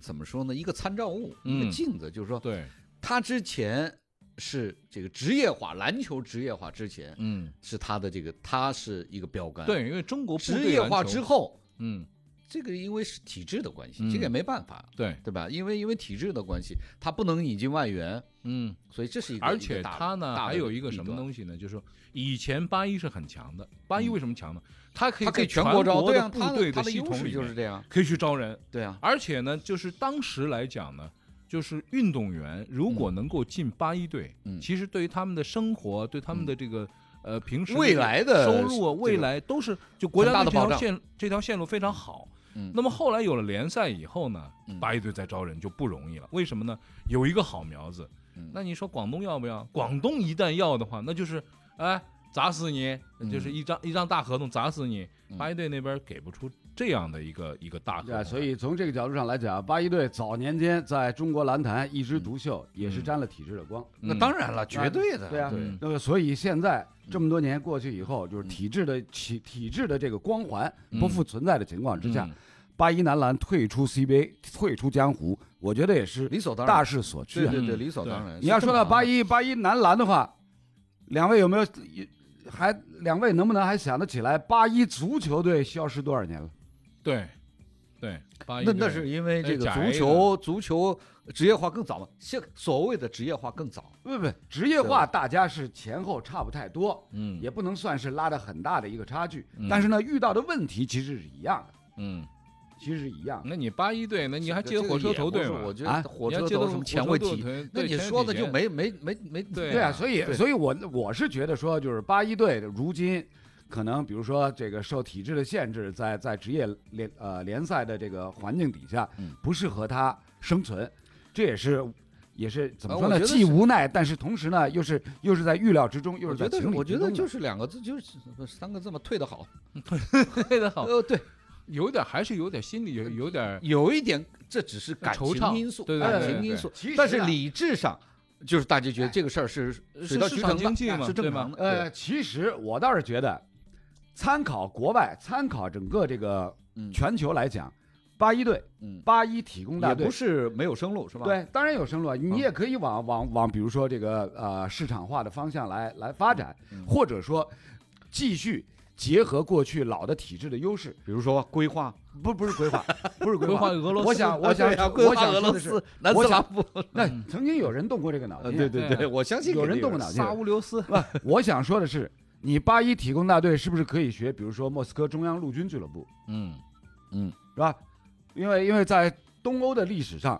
[SPEAKER 5] 怎么说呢？一个参照物，一
[SPEAKER 4] 嗯
[SPEAKER 5] 个镜子。就是说，
[SPEAKER 4] 对，
[SPEAKER 5] 他之前是这个职业化，篮球职业化之前
[SPEAKER 4] 嗯，
[SPEAKER 5] 是他的这个，他是一个标杆。，
[SPEAKER 4] 对，因为中国部队
[SPEAKER 5] 职业化
[SPEAKER 4] 篮球
[SPEAKER 5] 之，后，
[SPEAKER 4] 嗯，
[SPEAKER 5] 这个因为是体制的关系，
[SPEAKER 4] 嗯
[SPEAKER 5] 这个也没办法，
[SPEAKER 4] 对，
[SPEAKER 5] 对吧？因为因为体制的关系，他不能引进外援，
[SPEAKER 4] 嗯。
[SPEAKER 5] 所以这是一个。
[SPEAKER 4] 而
[SPEAKER 5] 一
[SPEAKER 4] 且
[SPEAKER 5] 个大
[SPEAKER 4] 它呢
[SPEAKER 5] 大
[SPEAKER 4] 还
[SPEAKER 5] 的
[SPEAKER 4] 有一个什么
[SPEAKER 5] 弊端嗯
[SPEAKER 4] 东西呢？就是说以前八一是很强的，八一为什么强呢？它可以
[SPEAKER 5] 他可以
[SPEAKER 4] 在全
[SPEAKER 5] 国招，对
[SPEAKER 4] 的
[SPEAKER 5] 啊，
[SPEAKER 4] 部
[SPEAKER 5] 他
[SPEAKER 4] 队
[SPEAKER 5] 的他的
[SPEAKER 4] 系
[SPEAKER 5] 优
[SPEAKER 4] 统
[SPEAKER 5] 势
[SPEAKER 4] 里
[SPEAKER 5] 就是
[SPEAKER 4] 面
[SPEAKER 5] 这样，
[SPEAKER 4] 可以去招人，
[SPEAKER 5] 对啊，
[SPEAKER 4] 而且呢，就是当时来讲呢。就是运动员如果能够进八一队，
[SPEAKER 5] 嗯
[SPEAKER 4] 其实对于他们的生活，对他们的这个呃平时
[SPEAKER 5] 未来的
[SPEAKER 4] 收入啊，
[SPEAKER 5] 这个
[SPEAKER 4] 未来都是就国家
[SPEAKER 5] 很大
[SPEAKER 4] 队这
[SPEAKER 5] 的保
[SPEAKER 4] 条
[SPEAKER 5] 障
[SPEAKER 4] 线这条线路非常好。
[SPEAKER 5] 嗯
[SPEAKER 4] 那么后来有了联赛以后呢，
[SPEAKER 5] 嗯
[SPEAKER 4] 八一队再招人就不容易了。为什么呢？有一个好苗子，
[SPEAKER 5] 嗯
[SPEAKER 4] 那你说广东要不要？广东一旦要的话，那就是哎砸死你，
[SPEAKER 5] 嗯
[SPEAKER 4] 就是一张一张大合同砸死你。
[SPEAKER 5] 嗯
[SPEAKER 4] 八一队那边给不出这样的一个一个大合
[SPEAKER 6] 对啊，
[SPEAKER 4] 同，
[SPEAKER 6] 所以从这个角度上来讲，八一队早年间在中国篮坛一枝独秀，也是沾了体制的光。
[SPEAKER 4] 嗯
[SPEAKER 5] 那当然了，绝对的，
[SPEAKER 6] 嗯对啊
[SPEAKER 4] 对，
[SPEAKER 6] 那么所以现在这么多年过去以后，就是
[SPEAKER 5] 嗯
[SPEAKER 6] 体制的体体制的这个光环
[SPEAKER 4] 嗯
[SPEAKER 6] 不复存在的情况之下
[SPEAKER 4] 嗯，
[SPEAKER 6] 八一男篮退出 CBA，退出江湖，我觉得也是
[SPEAKER 5] 理所当然
[SPEAKER 6] 大，势所趋
[SPEAKER 5] 对
[SPEAKER 6] 啊。
[SPEAKER 5] 对对，
[SPEAKER 4] 嗯
[SPEAKER 5] 理所当然。
[SPEAKER 6] 你要说到八
[SPEAKER 5] 一。
[SPEAKER 6] 一八一男篮的话，两位有没有还两位能不能还想得起来八一足球队消失多少年了？
[SPEAKER 4] 对对，八一
[SPEAKER 5] 那
[SPEAKER 4] 队
[SPEAKER 5] 那是因为这个
[SPEAKER 4] 哎
[SPEAKER 5] 足
[SPEAKER 4] 窄
[SPEAKER 5] 球足球职业化更早嘛，现所谓的职业化更早，
[SPEAKER 6] 不不，职业化大家是前后差不太多，
[SPEAKER 4] 嗯
[SPEAKER 6] 也不能算是拉的很大的一个差距。但是呢，遇到的问题其实是一样的，
[SPEAKER 4] 嗯，
[SPEAKER 6] 其实是一样的。
[SPEAKER 4] 那你八一队，那你还记得
[SPEAKER 5] 这个
[SPEAKER 4] 火车
[SPEAKER 5] 也
[SPEAKER 4] 头
[SPEAKER 5] 不
[SPEAKER 4] 队
[SPEAKER 5] 是
[SPEAKER 4] 吗？
[SPEAKER 5] 我觉
[SPEAKER 6] 啊
[SPEAKER 5] 得火
[SPEAKER 4] 你还
[SPEAKER 5] 车
[SPEAKER 4] 记得
[SPEAKER 5] 头什
[SPEAKER 4] 火
[SPEAKER 5] 么前
[SPEAKER 4] 车
[SPEAKER 5] 卫
[SPEAKER 4] 头
[SPEAKER 5] 踢
[SPEAKER 4] 腿，
[SPEAKER 5] 那
[SPEAKER 4] 对
[SPEAKER 5] 你
[SPEAKER 4] 前
[SPEAKER 5] 说
[SPEAKER 4] 几
[SPEAKER 5] 的就
[SPEAKER 4] 年
[SPEAKER 5] 没没没没
[SPEAKER 4] 对
[SPEAKER 6] 对啊，
[SPEAKER 4] 啊
[SPEAKER 6] 所以
[SPEAKER 5] 对
[SPEAKER 6] 所以我我是觉得说，就是八一队如今可能比如说这个受体制的限制，在在职业联呃联赛的这个环境底下
[SPEAKER 5] 嗯，
[SPEAKER 6] 不适合他生存，这也是。也是怎么
[SPEAKER 5] 呃
[SPEAKER 6] 说
[SPEAKER 5] 我
[SPEAKER 6] 呢？
[SPEAKER 5] 觉得
[SPEAKER 6] 既
[SPEAKER 5] 是
[SPEAKER 6] 无奈，但是同时呢，又是又是在预料之中，又
[SPEAKER 5] 啊我
[SPEAKER 6] 是
[SPEAKER 5] 觉
[SPEAKER 6] 在
[SPEAKER 5] 得
[SPEAKER 6] 情理
[SPEAKER 5] 我
[SPEAKER 6] 之
[SPEAKER 5] 觉
[SPEAKER 6] 中的。
[SPEAKER 5] 得就是两个字，就是不是三个字嘛，退得好。
[SPEAKER 4] 对的好，
[SPEAKER 5] 呃，对，
[SPEAKER 4] 有点还是有点心里有有 点
[SPEAKER 5] 有一点这只是感
[SPEAKER 4] 惆怅
[SPEAKER 5] 情因素，
[SPEAKER 4] 对
[SPEAKER 6] 对
[SPEAKER 5] 感
[SPEAKER 6] 对
[SPEAKER 5] 情
[SPEAKER 4] 对
[SPEAKER 5] 因素
[SPEAKER 6] 其实，
[SPEAKER 5] 但是
[SPEAKER 6] 啊
[SPEAKER 5] 理智上就是大家觉得这个事儿是水到
[SPEAKER 4] 市
[SPEAKER 5] 渠
[SPEAKER 4] 场
[SPEAKER 5] 成的
[SPEAKER 4] 经济
[SPEAKER 5] 哎
[SPEAKER 4] 嘛
[SPEAKER 5] 是
[SPEAKER 4] 对
[SPEAKER 5] 正
[SPEAKER 4] 吧
[SPEAKER 5] 常的。
[SPEAKER 6] 呃，
[SPEAKER 5] 对，
[SPEAKER 6] 其实我倒是觉得，参考国外，参考整个这个
[SPEAKER 5] 嗯
[SPEAKER 6] 全球来讲，八一队、
[SPEAKER 5] 嗯，
[SPEAKER 6] 八一体工大
[SPEAKER 5] 也
[SPEAKER 6] 队
[SPEAKER 5] 不是没有生路，是吧？，
[SPEAKER 6] 对，当然有生路啊，你
[SPEAKER 5] 嗯
[SPEAKER 6] 也可以往往往，比如说这个呃市场化的方向来来发展
[SPEAKER 5] 嗯，
[SPEAKER 6] 或者说继续结合过去老的体制的优势，
[SPEAKER 5] 比如说规划，
[SPEAKER 6] 不不是规划，不是规
[SPEAKER 4] 规划
[SPEAKER 6] 划。啊
[SPEAKER 4] 俄罗斯。
[SPEAKER 6] 我想，我想
[SPEAKER 5] 对啊，规
[SPEAKER 6] 我
[SPEAKER 5] 划
[SPEAKER 6] 想
[SPEAKER 5] 俄
[SPEAKER 6] 说
[SPEAKER 5] 罗
[SPEAKER 6] 的是
[SPEAKER 5] 斯、，南
[SPEAKER 6] 我
[SPEAKER 5] 斯拉
[SPEAKER 6] 想
[SPEAKER 5] 夫，
[SPEAKER 6] 那
[SPEAKER 4] 嗯
[SPEAKER 6] 曾经有人动过这个脑
[SPEAKER 5] 呃，
[SPEAKER 6] 筋，
[SPEAKER 5] 对对
[SPEAKER 4] 对
[SPEAKER 5] 对，我相信
[SPEAKER 6] 有
[SPEAKER 5] 肯
[SPEAKER 6] 人
[SPEAKER 5] 定
[SPEAKER 6] 动过脑筋
[SPEAKER 4] 沙。乌留斯，
[SPEAKER 6] 我想说的是，你八一体工大队是不是可以学，比如说莫斯科中央陆军俱乐部？
[SPEAKER 4] 嗯，
[SPEAKER 6] 是吧？因为因为在东欧的历史上，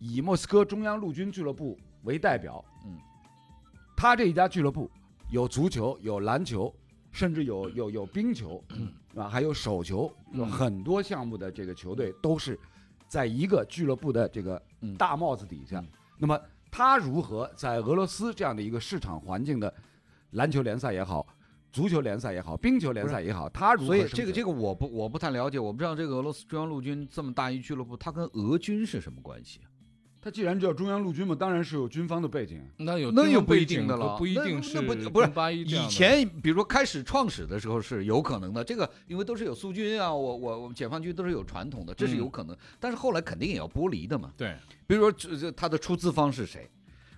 [SPEAKER 6] 以莫斯科中央陆军俱乐部为代表，
[SPEAKER 5] 嗯，
[SPEAKER 6] 他这一家俱乐部有足球、有篮球，甚至有有有冰球，
[SPEAKER 5] 嗯
[SPEAKER 6] 啊，还有手球，有
[SPEAKER 4] 嗯
[SPEAKER 6] 很多项目的这个球队都是在一个俱乐部的这个
[SPEAKER 5] 嗯
[SPEAKER 6] 大帽子底下。那么他如何在俄罗斯这样的一个市场环境的篮球联赛也好？足球联赛也好，冰球联赛也好，他如何
[SPEAKER 5] 所以
[SPEAKER 6] 生
[SPEAKER 5] 这个
[SPEAKER 6] 存
[SPEAKER 5] 这个我不我不太了解，我不知道这个俄罗斯中央陆军这么大一俱乐部，它跟俄军是什么关系？啊
[SPEAKER 6] 他既然叫中央陆军嘛，当然是有军方的背景。
[SPEAKER 4] 那有
[SPEAKER 5] 那
[SPEAKER 4] 军
[SPEAKER 5] 又
[SPEAKER 4] 方
[SPEAKER 5] 不
[SPEAKER 4] 背
[SPEAKER 5] 一定
[SPEAKER 4] 景
[SPEAKER 5] 的
[SPEAKER 4] 可
[SPEAKER 5] 了
[SPEAKER 4] 不一
[SPEAKER 5] 那
[SPEAKER 4] 定
[SPEAKER 5] 那
[SPEAKER 4] 是
[SPEAKER 5] 不不是
[SPEAKER 4] 跟八一这样
[SPEAKER 5] 以
[SPEAKER 4] 的
[SPEAKER 5] 前比如说开始创始的时候是有可能的，这个因为都是有苏军啊，我我我们解放军都是有传统的，这
[SPEAKER 4] 嗯
[SPEAKER 5] 是有可能，但是后来肯定也要剥离的嘛。
[SPEAKER 4] 对，
[SPEAKER 5] 比如说这这它的出资方是谁？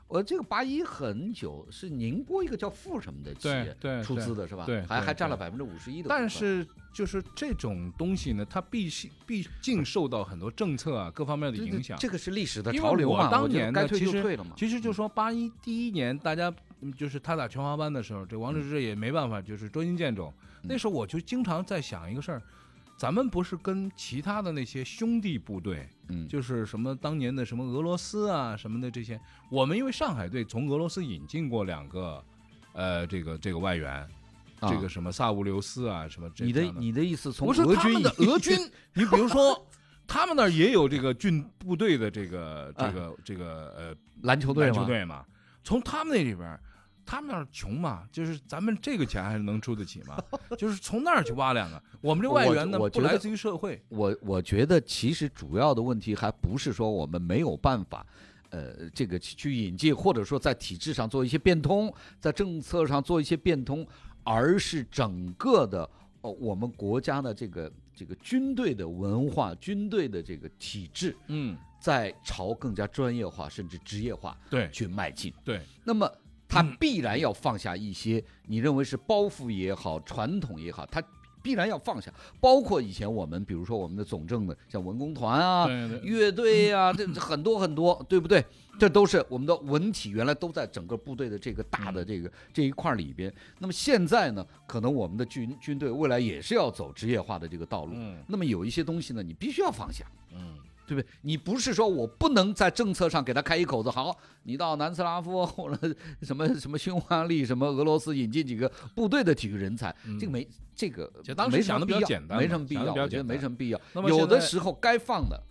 [SPEAKER 5] 我这个八一很久是宁波一个叫富什么的企业
[SPEAKER 4] 对对
[SPEAKER 5] 出资的是吧？
[SPEAKER 4] 对对
[SPEAKER 5] 还还
[SPEAKER 4] 对
[SPEAKER 5] 占了百分之五十一的股份。
[SPEAKER 4] 但是就是这种东西呢，它必须毕竟受到很多政策啊各方面的
[SPEAKER 5] 这
[SPEAKER 4] 影响。
[SPEAKER 5] 这个是历史的
[SPEAKER 4] 因为
[SPEAKER 5] 潮流
[SPEAKER 4] 我
[SPEAKER 5] 嘛，
[SPEAKER 4] 当
[SPEAKER 5] 觉得
[SPEAKER 4] 年呢
[SPEAKER 5] 该退就
[SPEAKER 4] 其实
[SPEAKER 5] 退了嘛。嗯
[SPEAKER 4] 其实就说八一第一年，大家嗯就是他打全华
[SPEAKER 5] 嗯
[SPEAKER 4] 班的时候，这王治郅也没办法，就是捉襟见肘。那时候我就经常在想一个事儿，咱们不是跟其他的那些兄弟部队，
[SPEAKER 5] 嗯
[SPEAKER 4] 就是什么当年的什么俄罗斯啊什么的这些，我们因为上海队从俄罗斯引进过两个，呃，这个这个外援，
[SPEAKER 5] 啊
[SPEAKER 4] 这个什么萨乌留斯啊什么这
[SPEAKER 5] 你的
[SPEAKER 4] 这样的
[SPEAKER 5] 你的意思从
[SPEAKER 4] 不是
[SPEAKER 5] 俄
[SPEAKER 4] 他
[SPEAKER 5] 军
[SPEAKER 4] 们的
[SPEAKER 5] 引
[SPEAKER 4] 俄军， 你比如说。他们那儿也有这个军部队的这个这
[SPEAKER 5] 啊
[SPEAKER 4] 个这个呃
[SPEAKER 5] 篮球队
[SPEAKER 4] 篮球哎
[SPEAKER 5] 吗？
[SPEAKER 4] 队嘛，从他们那里边儿，他们那儿穷嘛，就是咱们这个钱还能出得起 吗？就是从那儿去挖两个，我们这外援呢
[SPEAKER 5] 我我
[SPEAKER 4] 不
[SPEAKER 5] 觉得
[SPEAKER 4] 来自于社会，
[SPEAKER 5] 我我觉得其实主要的问题还不是说我们没有办法，呃，这个去去引进，或者说在体制上做一些变通，在政策上做一些变通，而是整个的呃我们国家的这个这个军队的文化、军队的这个体制
[SPEAKER 4] 嗯，
[SPEAKER 5] 在朝更加专业化甚至职业化
[SPEAKER 4] 对
[SPEAKER 5] 去迈进。
[SPEAKER 4] 对，
[SPEAKER 5] 那么他
[SPEAKER 4] 嗯
[SPEAKER 5] 必然要放下一些你认为是包袱也好、传统也好，他必然要放下，包括以前我们，比如说我们的总政的，像文工团啊、
[SPEAKER 4] 对对
[SPEAKER 5] 乐队啊， 这这很多很多，对不对？这都是我们的文体，原来都在整个部队的这个大
[SPEAKER 4] 嗯
[SPEAKER 5] 的这个这一块里边。那么现在呢，可能我们的军军队未来也是要走职业化的这个道路。
[SPEAKER 4] 嗯
[SPEAKER 5] 那么有一些东西呢，你必须要放下。
[SPEAKER 4] 嗯，
[SPEAKER 5] 对不对？你不是说我不能在政策上给他开一口子，好，你到南斯拉夫 或者什么什么匈牙利、什么俄罗斯引进几个部队的体育人才，
[SPEAKER 4] 嗯
[SPEAKER 5] 这个没这个
[SPEAKER 4] 其实当时
[SPEAKER 5] 没
[SPEAKER 4] 想
[SPEAKER 5] 什
[SPEAKER 4] 得比
[SPEAKER 5] 么
[SPEAKER 4] 较
[SPEAKER 5] 必要，
[SPEAKER 4] 简单嘛
[SPEAKER 5] 没什么必
[SPEAKER 4] 想得
[SPEAKER 5] 要，
[SPEAKER 4] 比较
[SPEAKER 5] 我觉得
[SPEAKER 4] 简
[SPEAKER 5] 没
[SPEAKER 4] 单
[SPEAKER 5] 什么必要
[SPEAKER 4] 那。么
[SPEAKER 5] 有
[SPEAKER 4] 现
[SPEAKER 5] 的
[SPEAKER 4] 在
[SPEAKER 5] 时候该放的，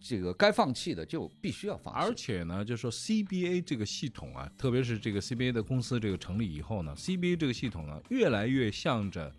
[SPEAKER 5] 这个该放弃的就必须要放弃。
[SPEAKER 4] 而且呢，就说 CBA 这个系统啊，特别是这个 CBA 的公司这个成立以后呢，CBA 这个系统呢，越来越向着。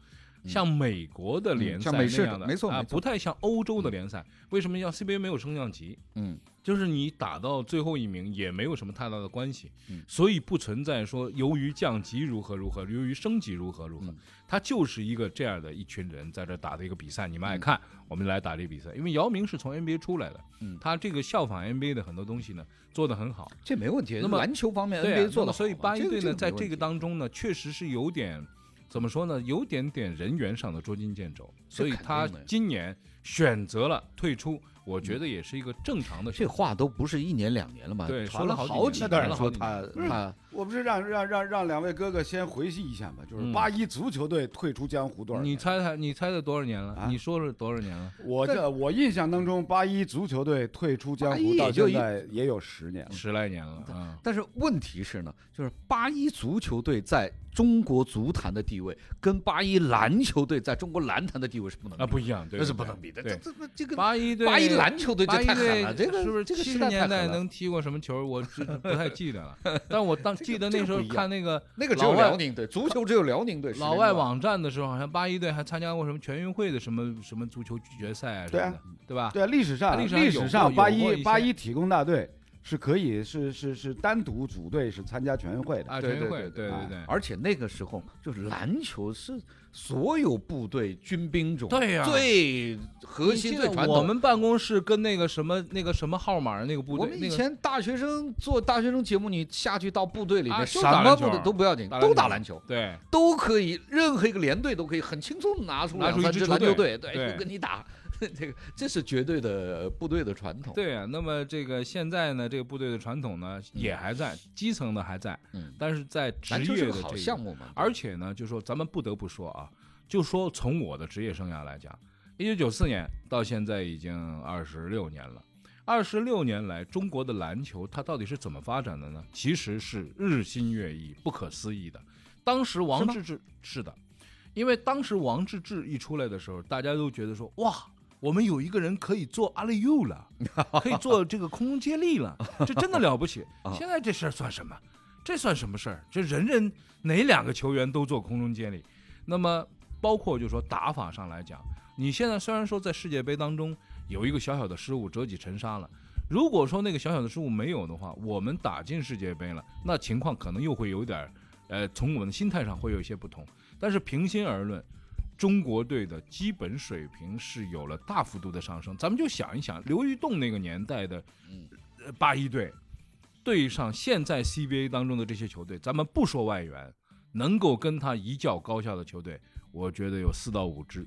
[SPEAKER 4] 像美国的联赛
[SPEAKER 5] 嗯像
[SPEAKER 4] 那
[SPEAKER 5] 美式
[SPEAKER 4] 样的，
[SPEAKER 5] 的没错
[SPEAKER 4] 啊，
[SPEAKER 5] 没
[SPEAKER 4] 不太像欧洲的联赛。为什么叫 CBA 没有升降级？
[SPEAKER 5] 嗯，
[SPEAKER 4] 就是你打到最后一名也没有什么太大的关系，
[SPEAKER 5] 嗯
[SPEAKER 4] 所以不存在说由于降级如何如何，由于升级如何如何，
[SPEAKER 5] 嗯
[SPEAKER 4] 他就是一个这样的一群人在这打的一个比赛，你们爱看，我们来打这比赛。因为姚明是从 NBA 出来的，
[SPEAKER 5] 嗯
[SPEAKER 4] 他这个效仿 NBA 的很多东西呢做得很好，
[SPEAKER 5] 这没问题。
[SPEAKER 4] 那么
[SPEAKER 5] 篮球方面
[SPEAKER 4] 对啊
[SPEAKER 5] NBA 做
[SPEAKER 4] 那么
[SPEAKER 5] 的，
[SPEAKER 4] 所以八一队
[SPEAKER 5] 这
[SPEAKER 4] 呢，
[SPEAKER 5] 个
[SPEAKER 4] 在
[SPEAKER 5] 没问
[SPEAKER 4] 这个
[SPEAKER 5] 题
[SPEAKER 4] 当中呢，确实是有点怎么说呢，有点点人员上的捉襟见肘，
[SPEAKER 5] 这
[SPEAKER 4] 所以
[SPEAKER 5] 肯定
[SPEAKER 4] 他
[SPEAKER 5] 的呀嗯
[SPEAKER 4] 今年选择了退出，我觉得也是一个正常的选择。
[SPEAKER 5] 这话都不是一年两年了嘛，
[SPEAKER 4] 对
[SPEAKER 5] 传
[SPEAKER 4] 说了
[SPEAKER 5] 了
[SPEAKER 4] 好几年
[SPEAKER 5] 好几
[SPEAKER 4] 了嗯
[SPEAKER 5] 年
[SPEAKER 4] 那
[SPEAKER 5] 了，
[SPEAKER 4] 当
[SPEAKER 5] 说
[SPEAKER 4] 然
[SPEAKER 5] 他他
[SPEAKER 6] 我不是让让让让两位哥哥先回忆一下嘛，就是
[SPEAKER 4] 嗯
[SPEAKER 6] 八一足球队退出江湖多少年？
[SPEAKER 4] 你猜猜，你猜猜多少年了？
[SPEAKER 6] 啊
[SPEAKER 4] 你说是多少年了？
[SPEAKER 6] 我这我印象当中，八一足球队退出江
[SPEAKER 5] 八一
[SPEAKER 6] 湖到
[SPEAKER 5] 也就一
[SPEAKER 6] 现在也有十
[SPEAKER 5] 嗯
[SPEAKER 6] 年了。
[SPEAKER 4] 十来年了啊！
[SPEAKER 5] 但是问题是呢，就是八一足球队在中国足坛的地位，跟八一篮球队在中国篮坛的地位是不能比
[SPEAKER 4] 啊，不一样，对，
[SPEAKER 5] 那是
[SPEAKER 4] 对
[SPEAKER 5] 不能比的。这
[SPEAKER 4] 对，
[SPEAKER 5] 这这这个
[SPEAKER 4] 八一队，
[SPEAKER 5] 八一篮球队这
[SPEAKER 4] 八一
[SPEAKER 5] 太狠
[SPEAKER 4] 队
[SPEAKER 5] 了，这个
[SPEAKER 4] 是不是
[SPEAKER 5] 这个
[SPEAKER 4] 七
[SPEAKER 5] 时
[SPEAKER 4] 十
[SPEAKER 5] 代
[SPEAKER 4] 年
[SPEAKER 5] 太
[SPEAKER 4] 代
[SPEAKER 5] 狠了
[SPEAKER 4] 能踢过什么球？我这这不太记得 了。但我当记得
[SPEAKER 5] 这
[SPEAKER 4] 那
[SPEAKER 5] 个
[SPEAKER 4] 时候
[SPEAKER 5] 不一样
[SPEAKER 4] 看那个
[SPEAKER 5] 那个只
[SPEAKER 4] 老
[SPEAKER 5] 有
[SPEAKER 4] 外
[SPEAKER 5] 辽宁队，足球只有辽宁队。
[SPEAKER 4] 老外网站的时候，好像八一队还参加过什么全运会的什么什么足球决赛啊什
[SPEAKER 6] 对
[SPEAKER 4] 么
[SPEAKER 6] 啊
[SPEAKER 4] 的，对吧？
[SPEAKER 6] 对啊，历史上
[SPEAKER 4] 历史上
[SPEAKER 6] 历
[SPEAKER 4] 有
[SPEAKER 6] 史
[SPEAKER 4] 过
[SPEAKER 6] 上八
[SPEAKER 4] 有过一
[SPEAKER 6] 一
[SPEAKER 4] 些
[SPEAKER 6] 八一体工大队是可以是是是单独组队是参加全运会的。
[SPEAKER 4] 啊，
[SPEAKER 5] 对
[SPEAKER 4] 全运
[SPEAKER 5] 对
[SPEAKER 4] 会，对
[SPEAKER 5] 对哎
[SPEAKER 6] 对
[SPEAKER 4] 对。
[SPEAKER 5] 而且那个时候就是篮球是所有部队军兵种
[SPEAKER 4] 对呀
[SPEAKER 5] 最核
[SPEAKER 4] 你
[SPEAKER 5] 心
[SPEAKER 4] 记
[SPEAKER 5] 最
[SPEAKER 4] 得
[SPEAKER 5] 传统。
[SPEAKER 4] 我们办公室跟那个什么那个什么号码那个部
[SPEAKER 5] 我
[SPEAKER 4] 队，
[SPEAKER 5] 们
[SPEAKER 4] 那
[SPEAKER 5] 以
[SPEAKER 4] 个
[SPEAKER 5] 前大学生做大学生节目，你下去到部队里
[SPEAKER 4] 啊
[SPEAKER 5] 面，
[SPEAKER 4] 就
[SPEAKER 5] 什
[SPEAKER 4] 打篮
[SPEAKER 5] 么
[SPEAKER 4] 球
[SPEAKER 5] 部队都不要紧，
[SPEAKER 4] 打篮
[SPEAKER 5] 都
[SPEAKER 4] 球
[SPEAKER 5] 打篮球。
[SPEAKER 4] 对
[SPEAKER 5] 都可以，任何一个连队都可以很轻松地拿出
[SPEAKER 4] 拿出
[SPEAKER 5] 两三
[SPEAKER 4] 一支
[SPEAKER 5] 支
[SPEAKER 4] 球
[SPEAKER 5] 篮球
[SPEAKER 4] 队对
[SPEAKER 5] 队，对，就跟你打。 这个这是绝对的呃部队的传统。，
[SPEAKER 4] 对啊，那么这个现在呢，这个部队的传统呢也还在，基层的还在，
[SPEAKER 5] 嗯，
[SPEAKER 4] 但是在职
[SPEAKER 5] 篮球
[SPEAKER 4] 业
[SPEAKER 5] 是
[SPEAKER 4] 的
[SPEAKER 5] 个
[SPEAKER 4] 这
[SPEAKER 5] 好
[SPEAKER 4] 个
[SPEAKER 5] 项目嘛。
[SPEAKER 4] 而且呢，就说咱们不得不说啊，就说从我的职业生涯来讲，一九九四年到现在已经二十六年了。二十六年来，中国的篮球它到底是怎么发展的呢？其实是日新月异、不可思议的。当时王治郅是的，因为当时王治郅一出来的时候，大家都觉得说哇。我们有一个人可以做阿里 U 了，可以做这个空中接力了，这真的了不起。现在这事儿算什么？这算什么事儿？这人人哪两个球员都做空中接力？那么包括就说打法上来讲，你现在虽然说在世界杯当中有一个小小的失误折戟沉沙了，如果说那个小小的失误没有的话，我们打进世界杯了，那情况可能又会有点儿，呃，从我们的心态上会有一些不同。但是平心而论。中国队的基本水平是有了大幅度的上升，咱们就想一想刘玉栋那个年代的，呃，八一队，对上现在 CBA 当中的这些球队，咱们不说外援，能够跟他一较高下的球队，我觉得有四到五支。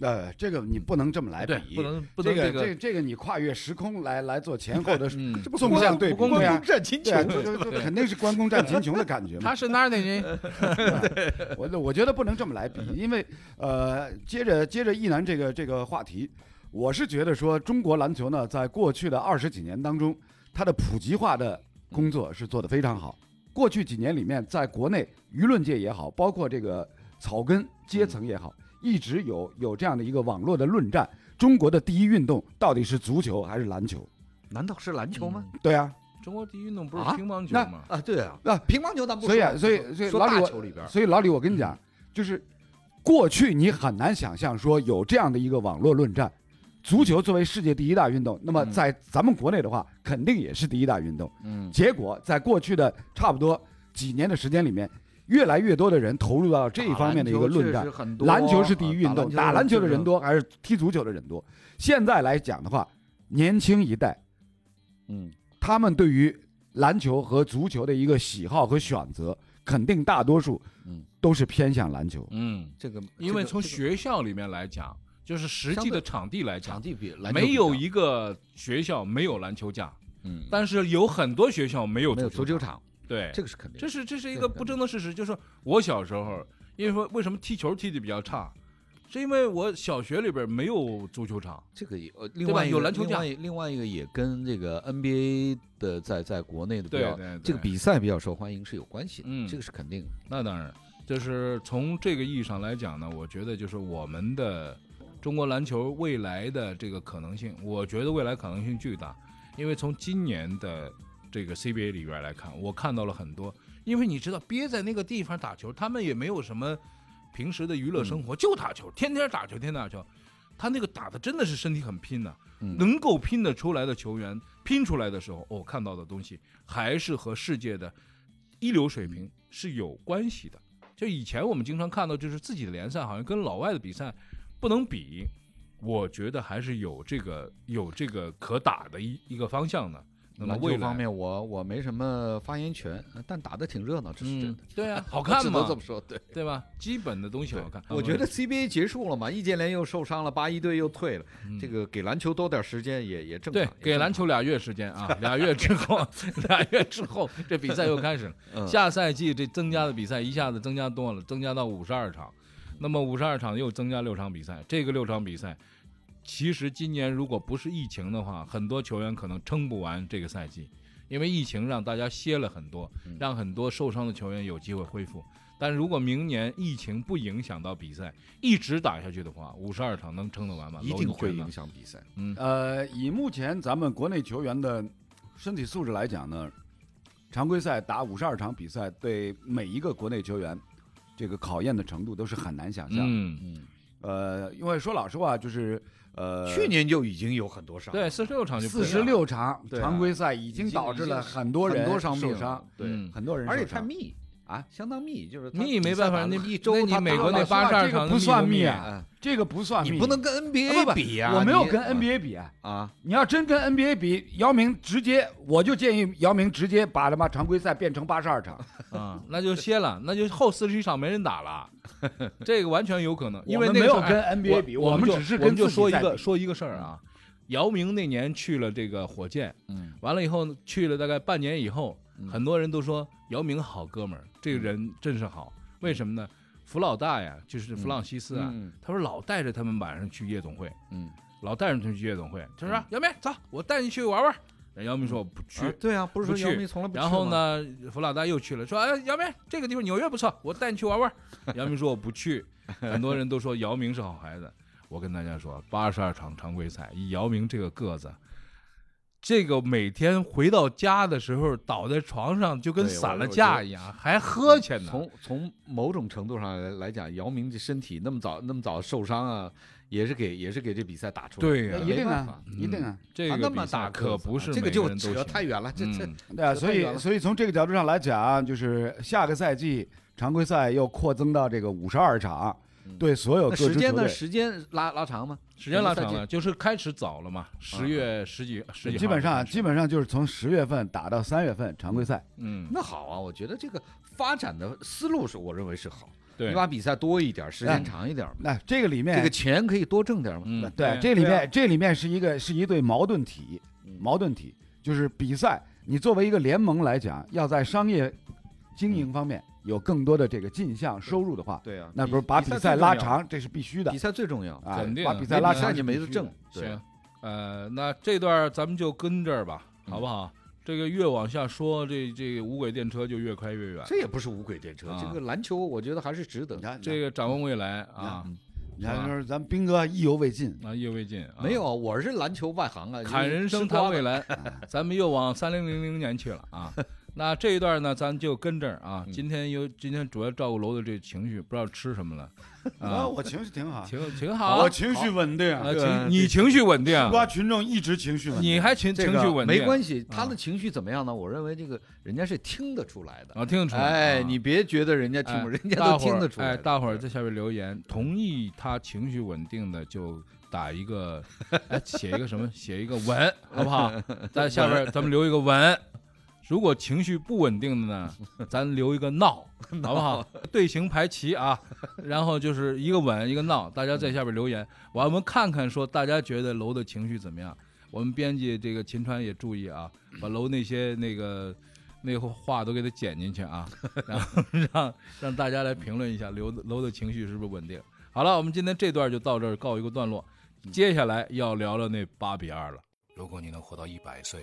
[SPEAKER 6] 呃，这个你不能这么来比
[SPEAKER 4] 对，，不能不能
[SPEAKER 6] 这
[SPEAKER 4] 这
[SPEAKER 6] 个这
[SPEAKER 4] 个
[SPEAKER 6] 这个你跨越时空来来做前后的
[SPEAKER 4] 嗯
[SPEAKER 6] 这不纵向对比
[SPEAKER 4] 不公
[SPEAKER 6] 对
[SPEAKER 4] 平
[SPEAKER 6] 啊，
[SPEAKER 7] 战秦
[SPEAKER 6] 对啊，这这这
[SPEAKER 4] 对
[SPEAKER 6] 肯定是关公战秦琼的感觉嘛
[SPEAKER 4] 他。是哪儿的
[SPEAKER 5] 呃
[SPEAKER 4] 人？
[SPEAKER 6] 我我觉得不能这么来比，因为呃，接着接着一楠这个这个话题，我是觉得说中国篮球呢，在过去的二十几年当中，它的普及化的工作是做得非常好。过去几年里面，在国内舆论界也好，包括这个草根阶层也好，一直有有这样的一个网络的论战：中国的第一运动到底是足球还是篮球？
[SPEAKER 5] 难道是篮球吗？
[SPEAKER 6] 对啊，
[SPEAKER 4] 中国第一运动不是
[SPEAKER 5] 啊
[SPEAKER 4] 乒乓球
[SPEAKER 6] 那
[SPEAKER 4] 吗？
[SPEAKER 5] 啊，对啊，
[SPEAKER 6] 那
[SPEAKER 5] 乒乓球咱不
[SPEAKER 6] 所以啊，所以所以
[SPEAKER 5] 说
[SPEAKER 6] 老李
[SPEAKER 5] 大
[SPEAKER 6] 我
[SPEAKER 5] 球里边儿，
[SPEAKER 6] 所以老李，我跟你讲，
[SPEAKER 4] 嗯
[SPEAKER 6] 就是过去你很难想象说有这样的一个网络论战。足球作为世界第一大运动，那么
[SPEAKER 4] 嗯
[SPEAKER 6] 在咱们国内的话，肯定也是第一大运动。
[SPEAKER 4] 嗯，
[SPEAKER 6] 结果在过去的差不多几年的时间里面，越来越多的人投入到这一方面的一个论战。
[SPEAKER 5] 战
[SPEAKER 6] 篮球是第一
[SPEAKER 5] 啊
[SPEAKER 6] 运动，打篮球的人
[SPEAKER 5] 多，
[SPEAKER 6] 多还是踢足球的人多？现在来讲的话，年轻一代
[SPEAKER 5] 嗯，
[SPEAKER 6] 他们对于篮球和足球的一个喜好和选择，肯定大多数
[SPEAKER 5] 嗯
[SPEAKER 6] 都是偏向篮球。
[SPEAKER 4] 嗯，
[SPEAKER 5] 这个
[SPEAKER 4] 因为
[SPEAKER 5] 这个
[SPEAKER 4] 从
[SPEAKER 5] 这个
[SPEAKER 4] 学校里面来讲，就是实际
[SPEAKER 5] 相
[SPEAKER 4] 的
[SPEAKER 5] 对
[SPEAKER 4] 场地来
[SPEAKER 5] 场
[SPEAKER 4] 讲，
[SPEAKER 5] 地比篮球
[SPEAKER 4] 没有
[SPEAKER 5] 比较
[SPEAKER 4] 一个学校没有篮球架，
[SPEAKER 5] 嗯
[SPEAKER 4] 但是有很多学校没有
[SPEAKER 5] 没有足
[SPEAKER 4] 球
[SPEAKER 5] 球
[SPEAKER 4] 场。
[SPEAKER 5] 场，
[SPEAKER 4] 对，
[SPEAKER 5] 这个是肯定
[SPEAKER 4] 这
[SPEAKER 5] 的。
[SPEAKER 4] 是这是一
[SPEAKER 5] 这
[SPEAKER 4] 个
[SPEAKER 5] 个
[SPEAKER 4] 不争的事实。就是我小时候，因为说为什么踢球踢的比较差，是因为我小学里边没有足球场。
[SPEAKER 5] 这个也呃，另
[SPEAKER 4] 对吧
[SPEAKER 5] 外一个
[SPEAKER 4] 有篮球
[SPEAKER 5] 另
[SPEAKER 4] 架
[SPEAKER 5] 外一另外一个也跟这个 NBA 的在在国内的比
[SPEAKER 4] 对
[SPEAKER 5] 较
[SPEAKER 4] 对对
[SPEAKER 5] 这个比赛比较受欢迎是有关系的
[SPEAKER 4] 嗯，
[SPEAKER 5] 这个是肯定的。
[SPEAKER 4] 那当然，就是从这个意义上来讲呢，我觉得就是我们的中国篮球未来的这个可能性，我觉得未来可能性巨大，因为从今年的这个 CBA 里边来看，我看到了很多，因为你知道憋在那个地方打球，他们也没有什么平时的娱乐生活，
[SPEAKER 5] 嗯
[SPEAKER 4] 就打球，天天打球，天天打球。他那个打的真的是身体很拼呐、
[SPEAKER 5] 嗯
[SPEAKER 4] 能够拼得出来的球员，拼出来的时候，我、看到的东西还是和世界的一流水平是有关系的。就以前我们经常看到，就是自己的联赛好像跟老外的比赛不能比，我觉得还是有这个有这个可打的一一个方向的。那么
[SPEAKER 5] 篮
[SPEAKER 4] 未
[SPEAKER 5] 球
[SPEAKER 4] 来
[SPEAKER 5] 方，面，我我没什么发言权，呃但打得挺热闹，这是真
[SPEAKER 4] 嗯
[SPEAKER 5] 的。，
[SPEAKER 4] 对啊，好
[SPEAKER 5] 我
[SPEAKER 4] 看
[SPEAKER 5] 只能
[SPEAKER 4] 嘛
[SPEAKER 5] 这，么说，对。
[SPEAKER 4] 对吧？基本的东西好看。
[SPEAKER 5] 我觉得 CBA 结束了嘛，易建联又受伤了，八一队又退了，
[SPEAKER 4] 嗯
[SPEAKER 5] 这个给篮球多点时间也也正常。
[SPEAKER 4] 对，给篮球俩月时间啊，俩月之 后，俩月之后，这比赛又开始了。
[SPEAKER 5] 嗯
[SPEAKER 4] 下赛季这增加的比赛一下子增加多了，增加到五十二场，那么五十二场又增加六场比赛，这个六场比赛。其实今年如果不是疫情的话，很多球员可能撑不完这个赛季，因为疫情让大家歇了很多，
[SPEAKER 5] 嗯
[SPEAKER 4] 让很多受伤的球员有机会恢复。但如果明年疫情不影响到比赛，一直打下去的话，五十二场能撑得完吗？
[SPEAKER 5] 一定
[SPEAKER 4] 龙
[SPEAKER 5] 会
[SPEAKER 4] 你觉得
[SPEAKER 5] 啊影
[SPEAKER 4] 呢。
[SPEAKER 5] 响比赛。
[SPEAKER 6] 呃，以目前咱们国内球员的身体素质来讲呢，常规赛打五十二场比赛，对每一个国内球员这个考验的程度都是很难想象。
[SPEAKER 4] 嗯，
[SPEAKER 5] 嗯，
[SPEAKER 6] 呃，因为说老实话，就是呃，
[SPEAKER 5] 去年就已经有很多伤，
[SPEAKER 4] 对，，四十六场就
[SPEAKER 6] 四十六场
[SPEAKER 5] 对啊
[SPEAKER 6] 常规赛已经导致了很多人
[SPEAKER 5] 很多伤病
[SPEAKER 6] 受伤，，
[SPEAKER 5] 对，
[SPEAKER 4] 嗯
[SPEAKER 6] 很多人
[SPEAKER 5] 而且
[SPEAKER 6] 受
[SPEAKER 5] 太
[SPEAKER 6] 伤
[SPEAKER 5] 密
[SPEAKER 6] 啊，
[SPEAKER 5] 相当密，就是他
[SPEAKER 4] 密没办法，那
[SPEAKER 5] 一周
[SPEAKER 4] 那
[SPEAKER 5] 他
[SPEAKER 4] 你美
[SPEAKER 5] 打
[SPEAKER 4] 国那
[SPEAKER 5] 了
[SPEAKER 4] 八十
[SPEAKER 6] 老
[SPEAKER 4] 二
[SPEAKER 6] 师
[SPEAKER 4] 场
[SPEAKER 6] 啊这个不算密啊
[SPEAKER 5] 哎
[SPEAKER 6] 这个不算密，
[SPEAKER 5] 你不能跟
[SPEAKER 6] 啊不
[SPEAKER 5] NBA
[SPEAKER 6] 不
[SPEAKER 5] 比呀，
[SPEAKER 6] 我没有
[SPEAKER 5] 你
[SPEAKER 6] 跟 NBA 比啊。
[SPEAKER 5] 啊，
[SPEAKER 6] 你要真跟 NBA 比，姚明直接，我就建议姚明直接把他妈常规赛变成八十二场，
[SPEAKER 4] 啊，那就歇了，那就后四十一场没人打了，这个完全有可能，因为
[SPEAKER 6] 我
[SPEAKER 4] 那
[SPEAKER 6] 们
[SPEAKER 4] 个时
[SPEAKER 6] 没有
[SPEAKER 4] 候
[SPEAKER 6] 跟
[SPEAKER 4] 哎
[SPEAKER 6] NBA 比，
[SPEAKER 4] 我
[SPEAKER 6] 我们
[SPEAKER 4] 就
[SPEAKER 6] 只是
[SPEAKER 4] 我
[SPEAKER 6] 跟
[SPEAKER 4] 们就
[SPEAKER 6] 自己
[SPEAKER 4] 说一
[SPEAKER 6] 在
[SPEAKER 4] 个
[SPEAKER 6] 比
[SPEAKER 4] 说一个事儿啊，姚明那年去了这个火箭，
[SPEAKER 5] 嗯，
[SPEAKER 4] 完了以后呢去了大概半年以后，
[SPEAKER 5] 嗯
[SPEAKER 4] 很多人都说姚明好哥们儿，这个人真是好，为什么呢？弗老大呀，就是弗朗西斯啊，
[SPEAKER 5] 嗯
[SPEAKER 4] 他说老带着他们晚上去夜总会，
[SPEAKER 5] 嗯，
[SPEAKER 4] 老带着他们去夜总会，他说、姚明走，我带你去玩玩。姚明说我不去
[SPEAKER 5] 啊，对啊，不是
[SPEAKER 4] 不
[SPEAKER 5] 说姚
[SPEAKER 4] 去
[SPEAKER 5] 明从来不去
[SPEAKER 4] 然后
[SPEAKER 5] 吗？
[SPEAKER 4] 呢，弗老大又去了，说：“哎，姚明，这个地方纽约不错，我带你去玩玩。”姚明说：“我不去。”很多人都说姚明是好孩子，我跟大家说，八十二场常规赛，以姚明这个个子，这个每天回到家的时候倒在床上就跟
[SPEAKER 5] 对我
[SPEAKER 4] 散了
[SPEAKER 5] 我觉
[SPEAKER 4] 架
[SPEAKER 5] 得
[SPEAKER 4] 一样，还喝去呢。
[SPEAKER 5] 从从某种程度上来来讲，姚明这身体那么早那么早受伤啊，也是给也是给这比赛打出来的，
[SPEAKER 4] 对呀
[SPEAKER 6] 那
[SPEAKER 5] 没
[SPEAKER 6] 一定
[SPEAKER 5] 办法
[SPEAKER 6] 啊，一定啊，
[SPEAKER 4] 这
[SPEAKER 5] 他
[SPEAKER 4] 个
[SPEAKER 5] 那
[SPEAKER 4] 比
[SPEAKER 5] 么
[SPEAKER 4] 赛
[SPEAKER 5] 大
[SPEAKER 4] 可
[SPEAKER 5] 个子
[SPEAKER 4] 不
[SPEAKER 5] 啊
[SPEAKER 4] 是每
[SPEAKER 5] 这个就
[SPEAKER 4] 人都
[SPEAKER 5] 扯
[SPEAKER 4] 行
[SPEAKER 5] 太远了，这这
[SPEAKER 4] 嗯
[SPEAKER 6] 对啊，
[SPEAKER 5] 这
[SPEAKER 6] 所
[SPEAKER 5] 太远
[SPEAKER 6] 以
[SPEAKER 5] 了
[SPEAKER 6] 所以从这个角度上来讲，就是下个赛季常规赛又扩增到这个五十二场，对所有
[SPEAKER 5] 那
[SPEAKER 6] 各支
[SPEAKER 5] 时间
[SPEAKER 6] 球
[SPEAKER 5] 呢？
[SPEAKER 6] 队，
[SPEAKER 5] 时间拉拉长吗？
[SPEAKER 4] 时间拉长
[SPEAKER 5] 整个
[SPEAKER 4] 了，
[SPEAKER 5] 赛
[SPEAKER 4] 就是开始早了嘛，十月十几十几号就开始，
[SPEAKER 6] 基本上基本上就是从十月份打到三月份常规赛。
[SPEAKER 4] 嗯
[SPEAKER 5] 那好啊，我觉得这个发展的思路是我认为是好，
[SPEAKER 4] 对
[SPEAKER 5] 你把比赛多一点，时
[SPEAKER 6] 哎
[SPEAKER 5] 间长一点嘛，
[SPEAKER 6] 那这个里面
[SPEAKER 5] 这个钱可以多挣点嘛。
[SPEAKER 4] 嗯，
[SPEAKER 6] 对，这里面、这里面是一个是一对矛盾体
[SPEAKER 5] 嗯，
[SPEAKER 6] 矛盾体就是比赛，你作为一个联盟来讲，要在商业经营方面
[SPEAKER 4] 嗯
[SPEAKER 6] 有更多的这个进项收入的话，
[SPEAKER 5] 对啊，
[SPEAKER 6] 那不是把
[SPEAKER 4] 比
[SPEAKER 6] 比
[SPEAKER 4] 赛
[SPEAKER 6] 赛
[SPEAKER 4] 更重
[SPEAKER 6] 拉
[SPEAKER 4] 要
[SPEAKER 6] 长，这是必须的
[SPEAKER 5] 比赛最重要，
[SPEAKER 6] 啊
[SPEAKER 4] 肯定，
[SPEAKER 6] 把
[SPEAKER 4] 的
[SPEAKER 6] 比
[SPEAKER 5] 没
[SPEAKER 6] 赛拉
[SPEAKER 5] 比
[SPEAKER 6] 长
[SPEAKER 5] 赛
[SPEAKER 6] 是
[SPEAKER 5] 你没
[SPEAKER 6] 必
[SPEAKER 5] 得
[SPEAKER 6] 须
[SPEAKER 5] 挣
[SPEAKER 6] 的。
[SPEAKER 5] 对
[SPEAKER 4] 行，呃，那这段咱们就跟这儿吧，好不好？这个越往下说，这这无轨电车就越开越远。
[SPEAKER 5] 这也不是无轨电车
[SPEAKER 4] 啊，
[SPEAKER 5] 这个篮球我觉得还是值得
[SPEAKER 6] 你。看
[SPEAKER 4] 这个展望未来啊，
[SPEAKER 6] 你看，就是咱们兵哥意犹未尽，
[SPEAKER 4] 啊，意未尽啊，
[SPEAKER 5] 没有，我是篮球外行啊，
[SPEAKER 4] 砍人
[SPEAKER 5] 生
[SPEAKER 4] 生谈未来，啊咱们又往三零零零年去了啊。那这一段呢，咱就跟这儿啊。今天有今天主要照顾楼的这情绪，不知道吃什么了
[SPEAKER 6] 啊，
[SPEAKER 4] 啊，
[SPEAKER 6] 我情绪挺好，
[SPEAKER 4] 挺挺好
[SPEAKER 6] 我。情绪稳定，
[SPEAKER 4] 啊，
[SPEAKER 5] 对
[SPEAKER 4] 情你情绪稳定，啊
[SPEAKER 6] 瓜群众一直情绪稳定，
[SPEAKER 4] 你还情情
[SPEAKER 5] 这
[SPEAKER 4] 绪
[SPEAKER 5] 个
[SPEAKER 4] 稳定，啊
[SPEAKER 5] 没关
[SPEAKER 4] 系
[SPEAKER 5] 系，他的情绪怎么样呢？我认为这个人家是听得出来的。
[SPEAKER 4] 啊，听得出来。
[SPEAKER 5] 哎，
[SPEAKER 4] 啊
[SPEAKER 5] 你别觉得人家听不，
[SPEAKER 4] 哎
[SPEAKER 5] 人家
[SPEAKER 4] 大
[SPEAKER 5] 都
[SPEAKER 4] 伙儿
[SPEAKER 5] 听得出来
[SPEAKER 4] 哎，
[SPEAKER 5] 的。
[SPEAKER 4] 大伙儿在下面留言，同意他情绪稳定的就打一个，哎写一个什么，写一个稳，好不好？在下边咱们留一个稳。如果情绪不稳定的呢，咱留一个闹，好不好？队形排齐啊，然后就是一个稳一个闹，大家在下边留言，我们看看说大家觉得楼的情绪怎么样。我们编辑这个秦川也注意啊，把楼那些那个那个话都给它剪进去啊，然后让让大家来评论一下楼的楼的情绪是不是稳定。好了，我们今天这段就到这儿告一个段落，接下来要聊聊那八比二了。
[SPEAKER 1] 如果你能活到一百岁，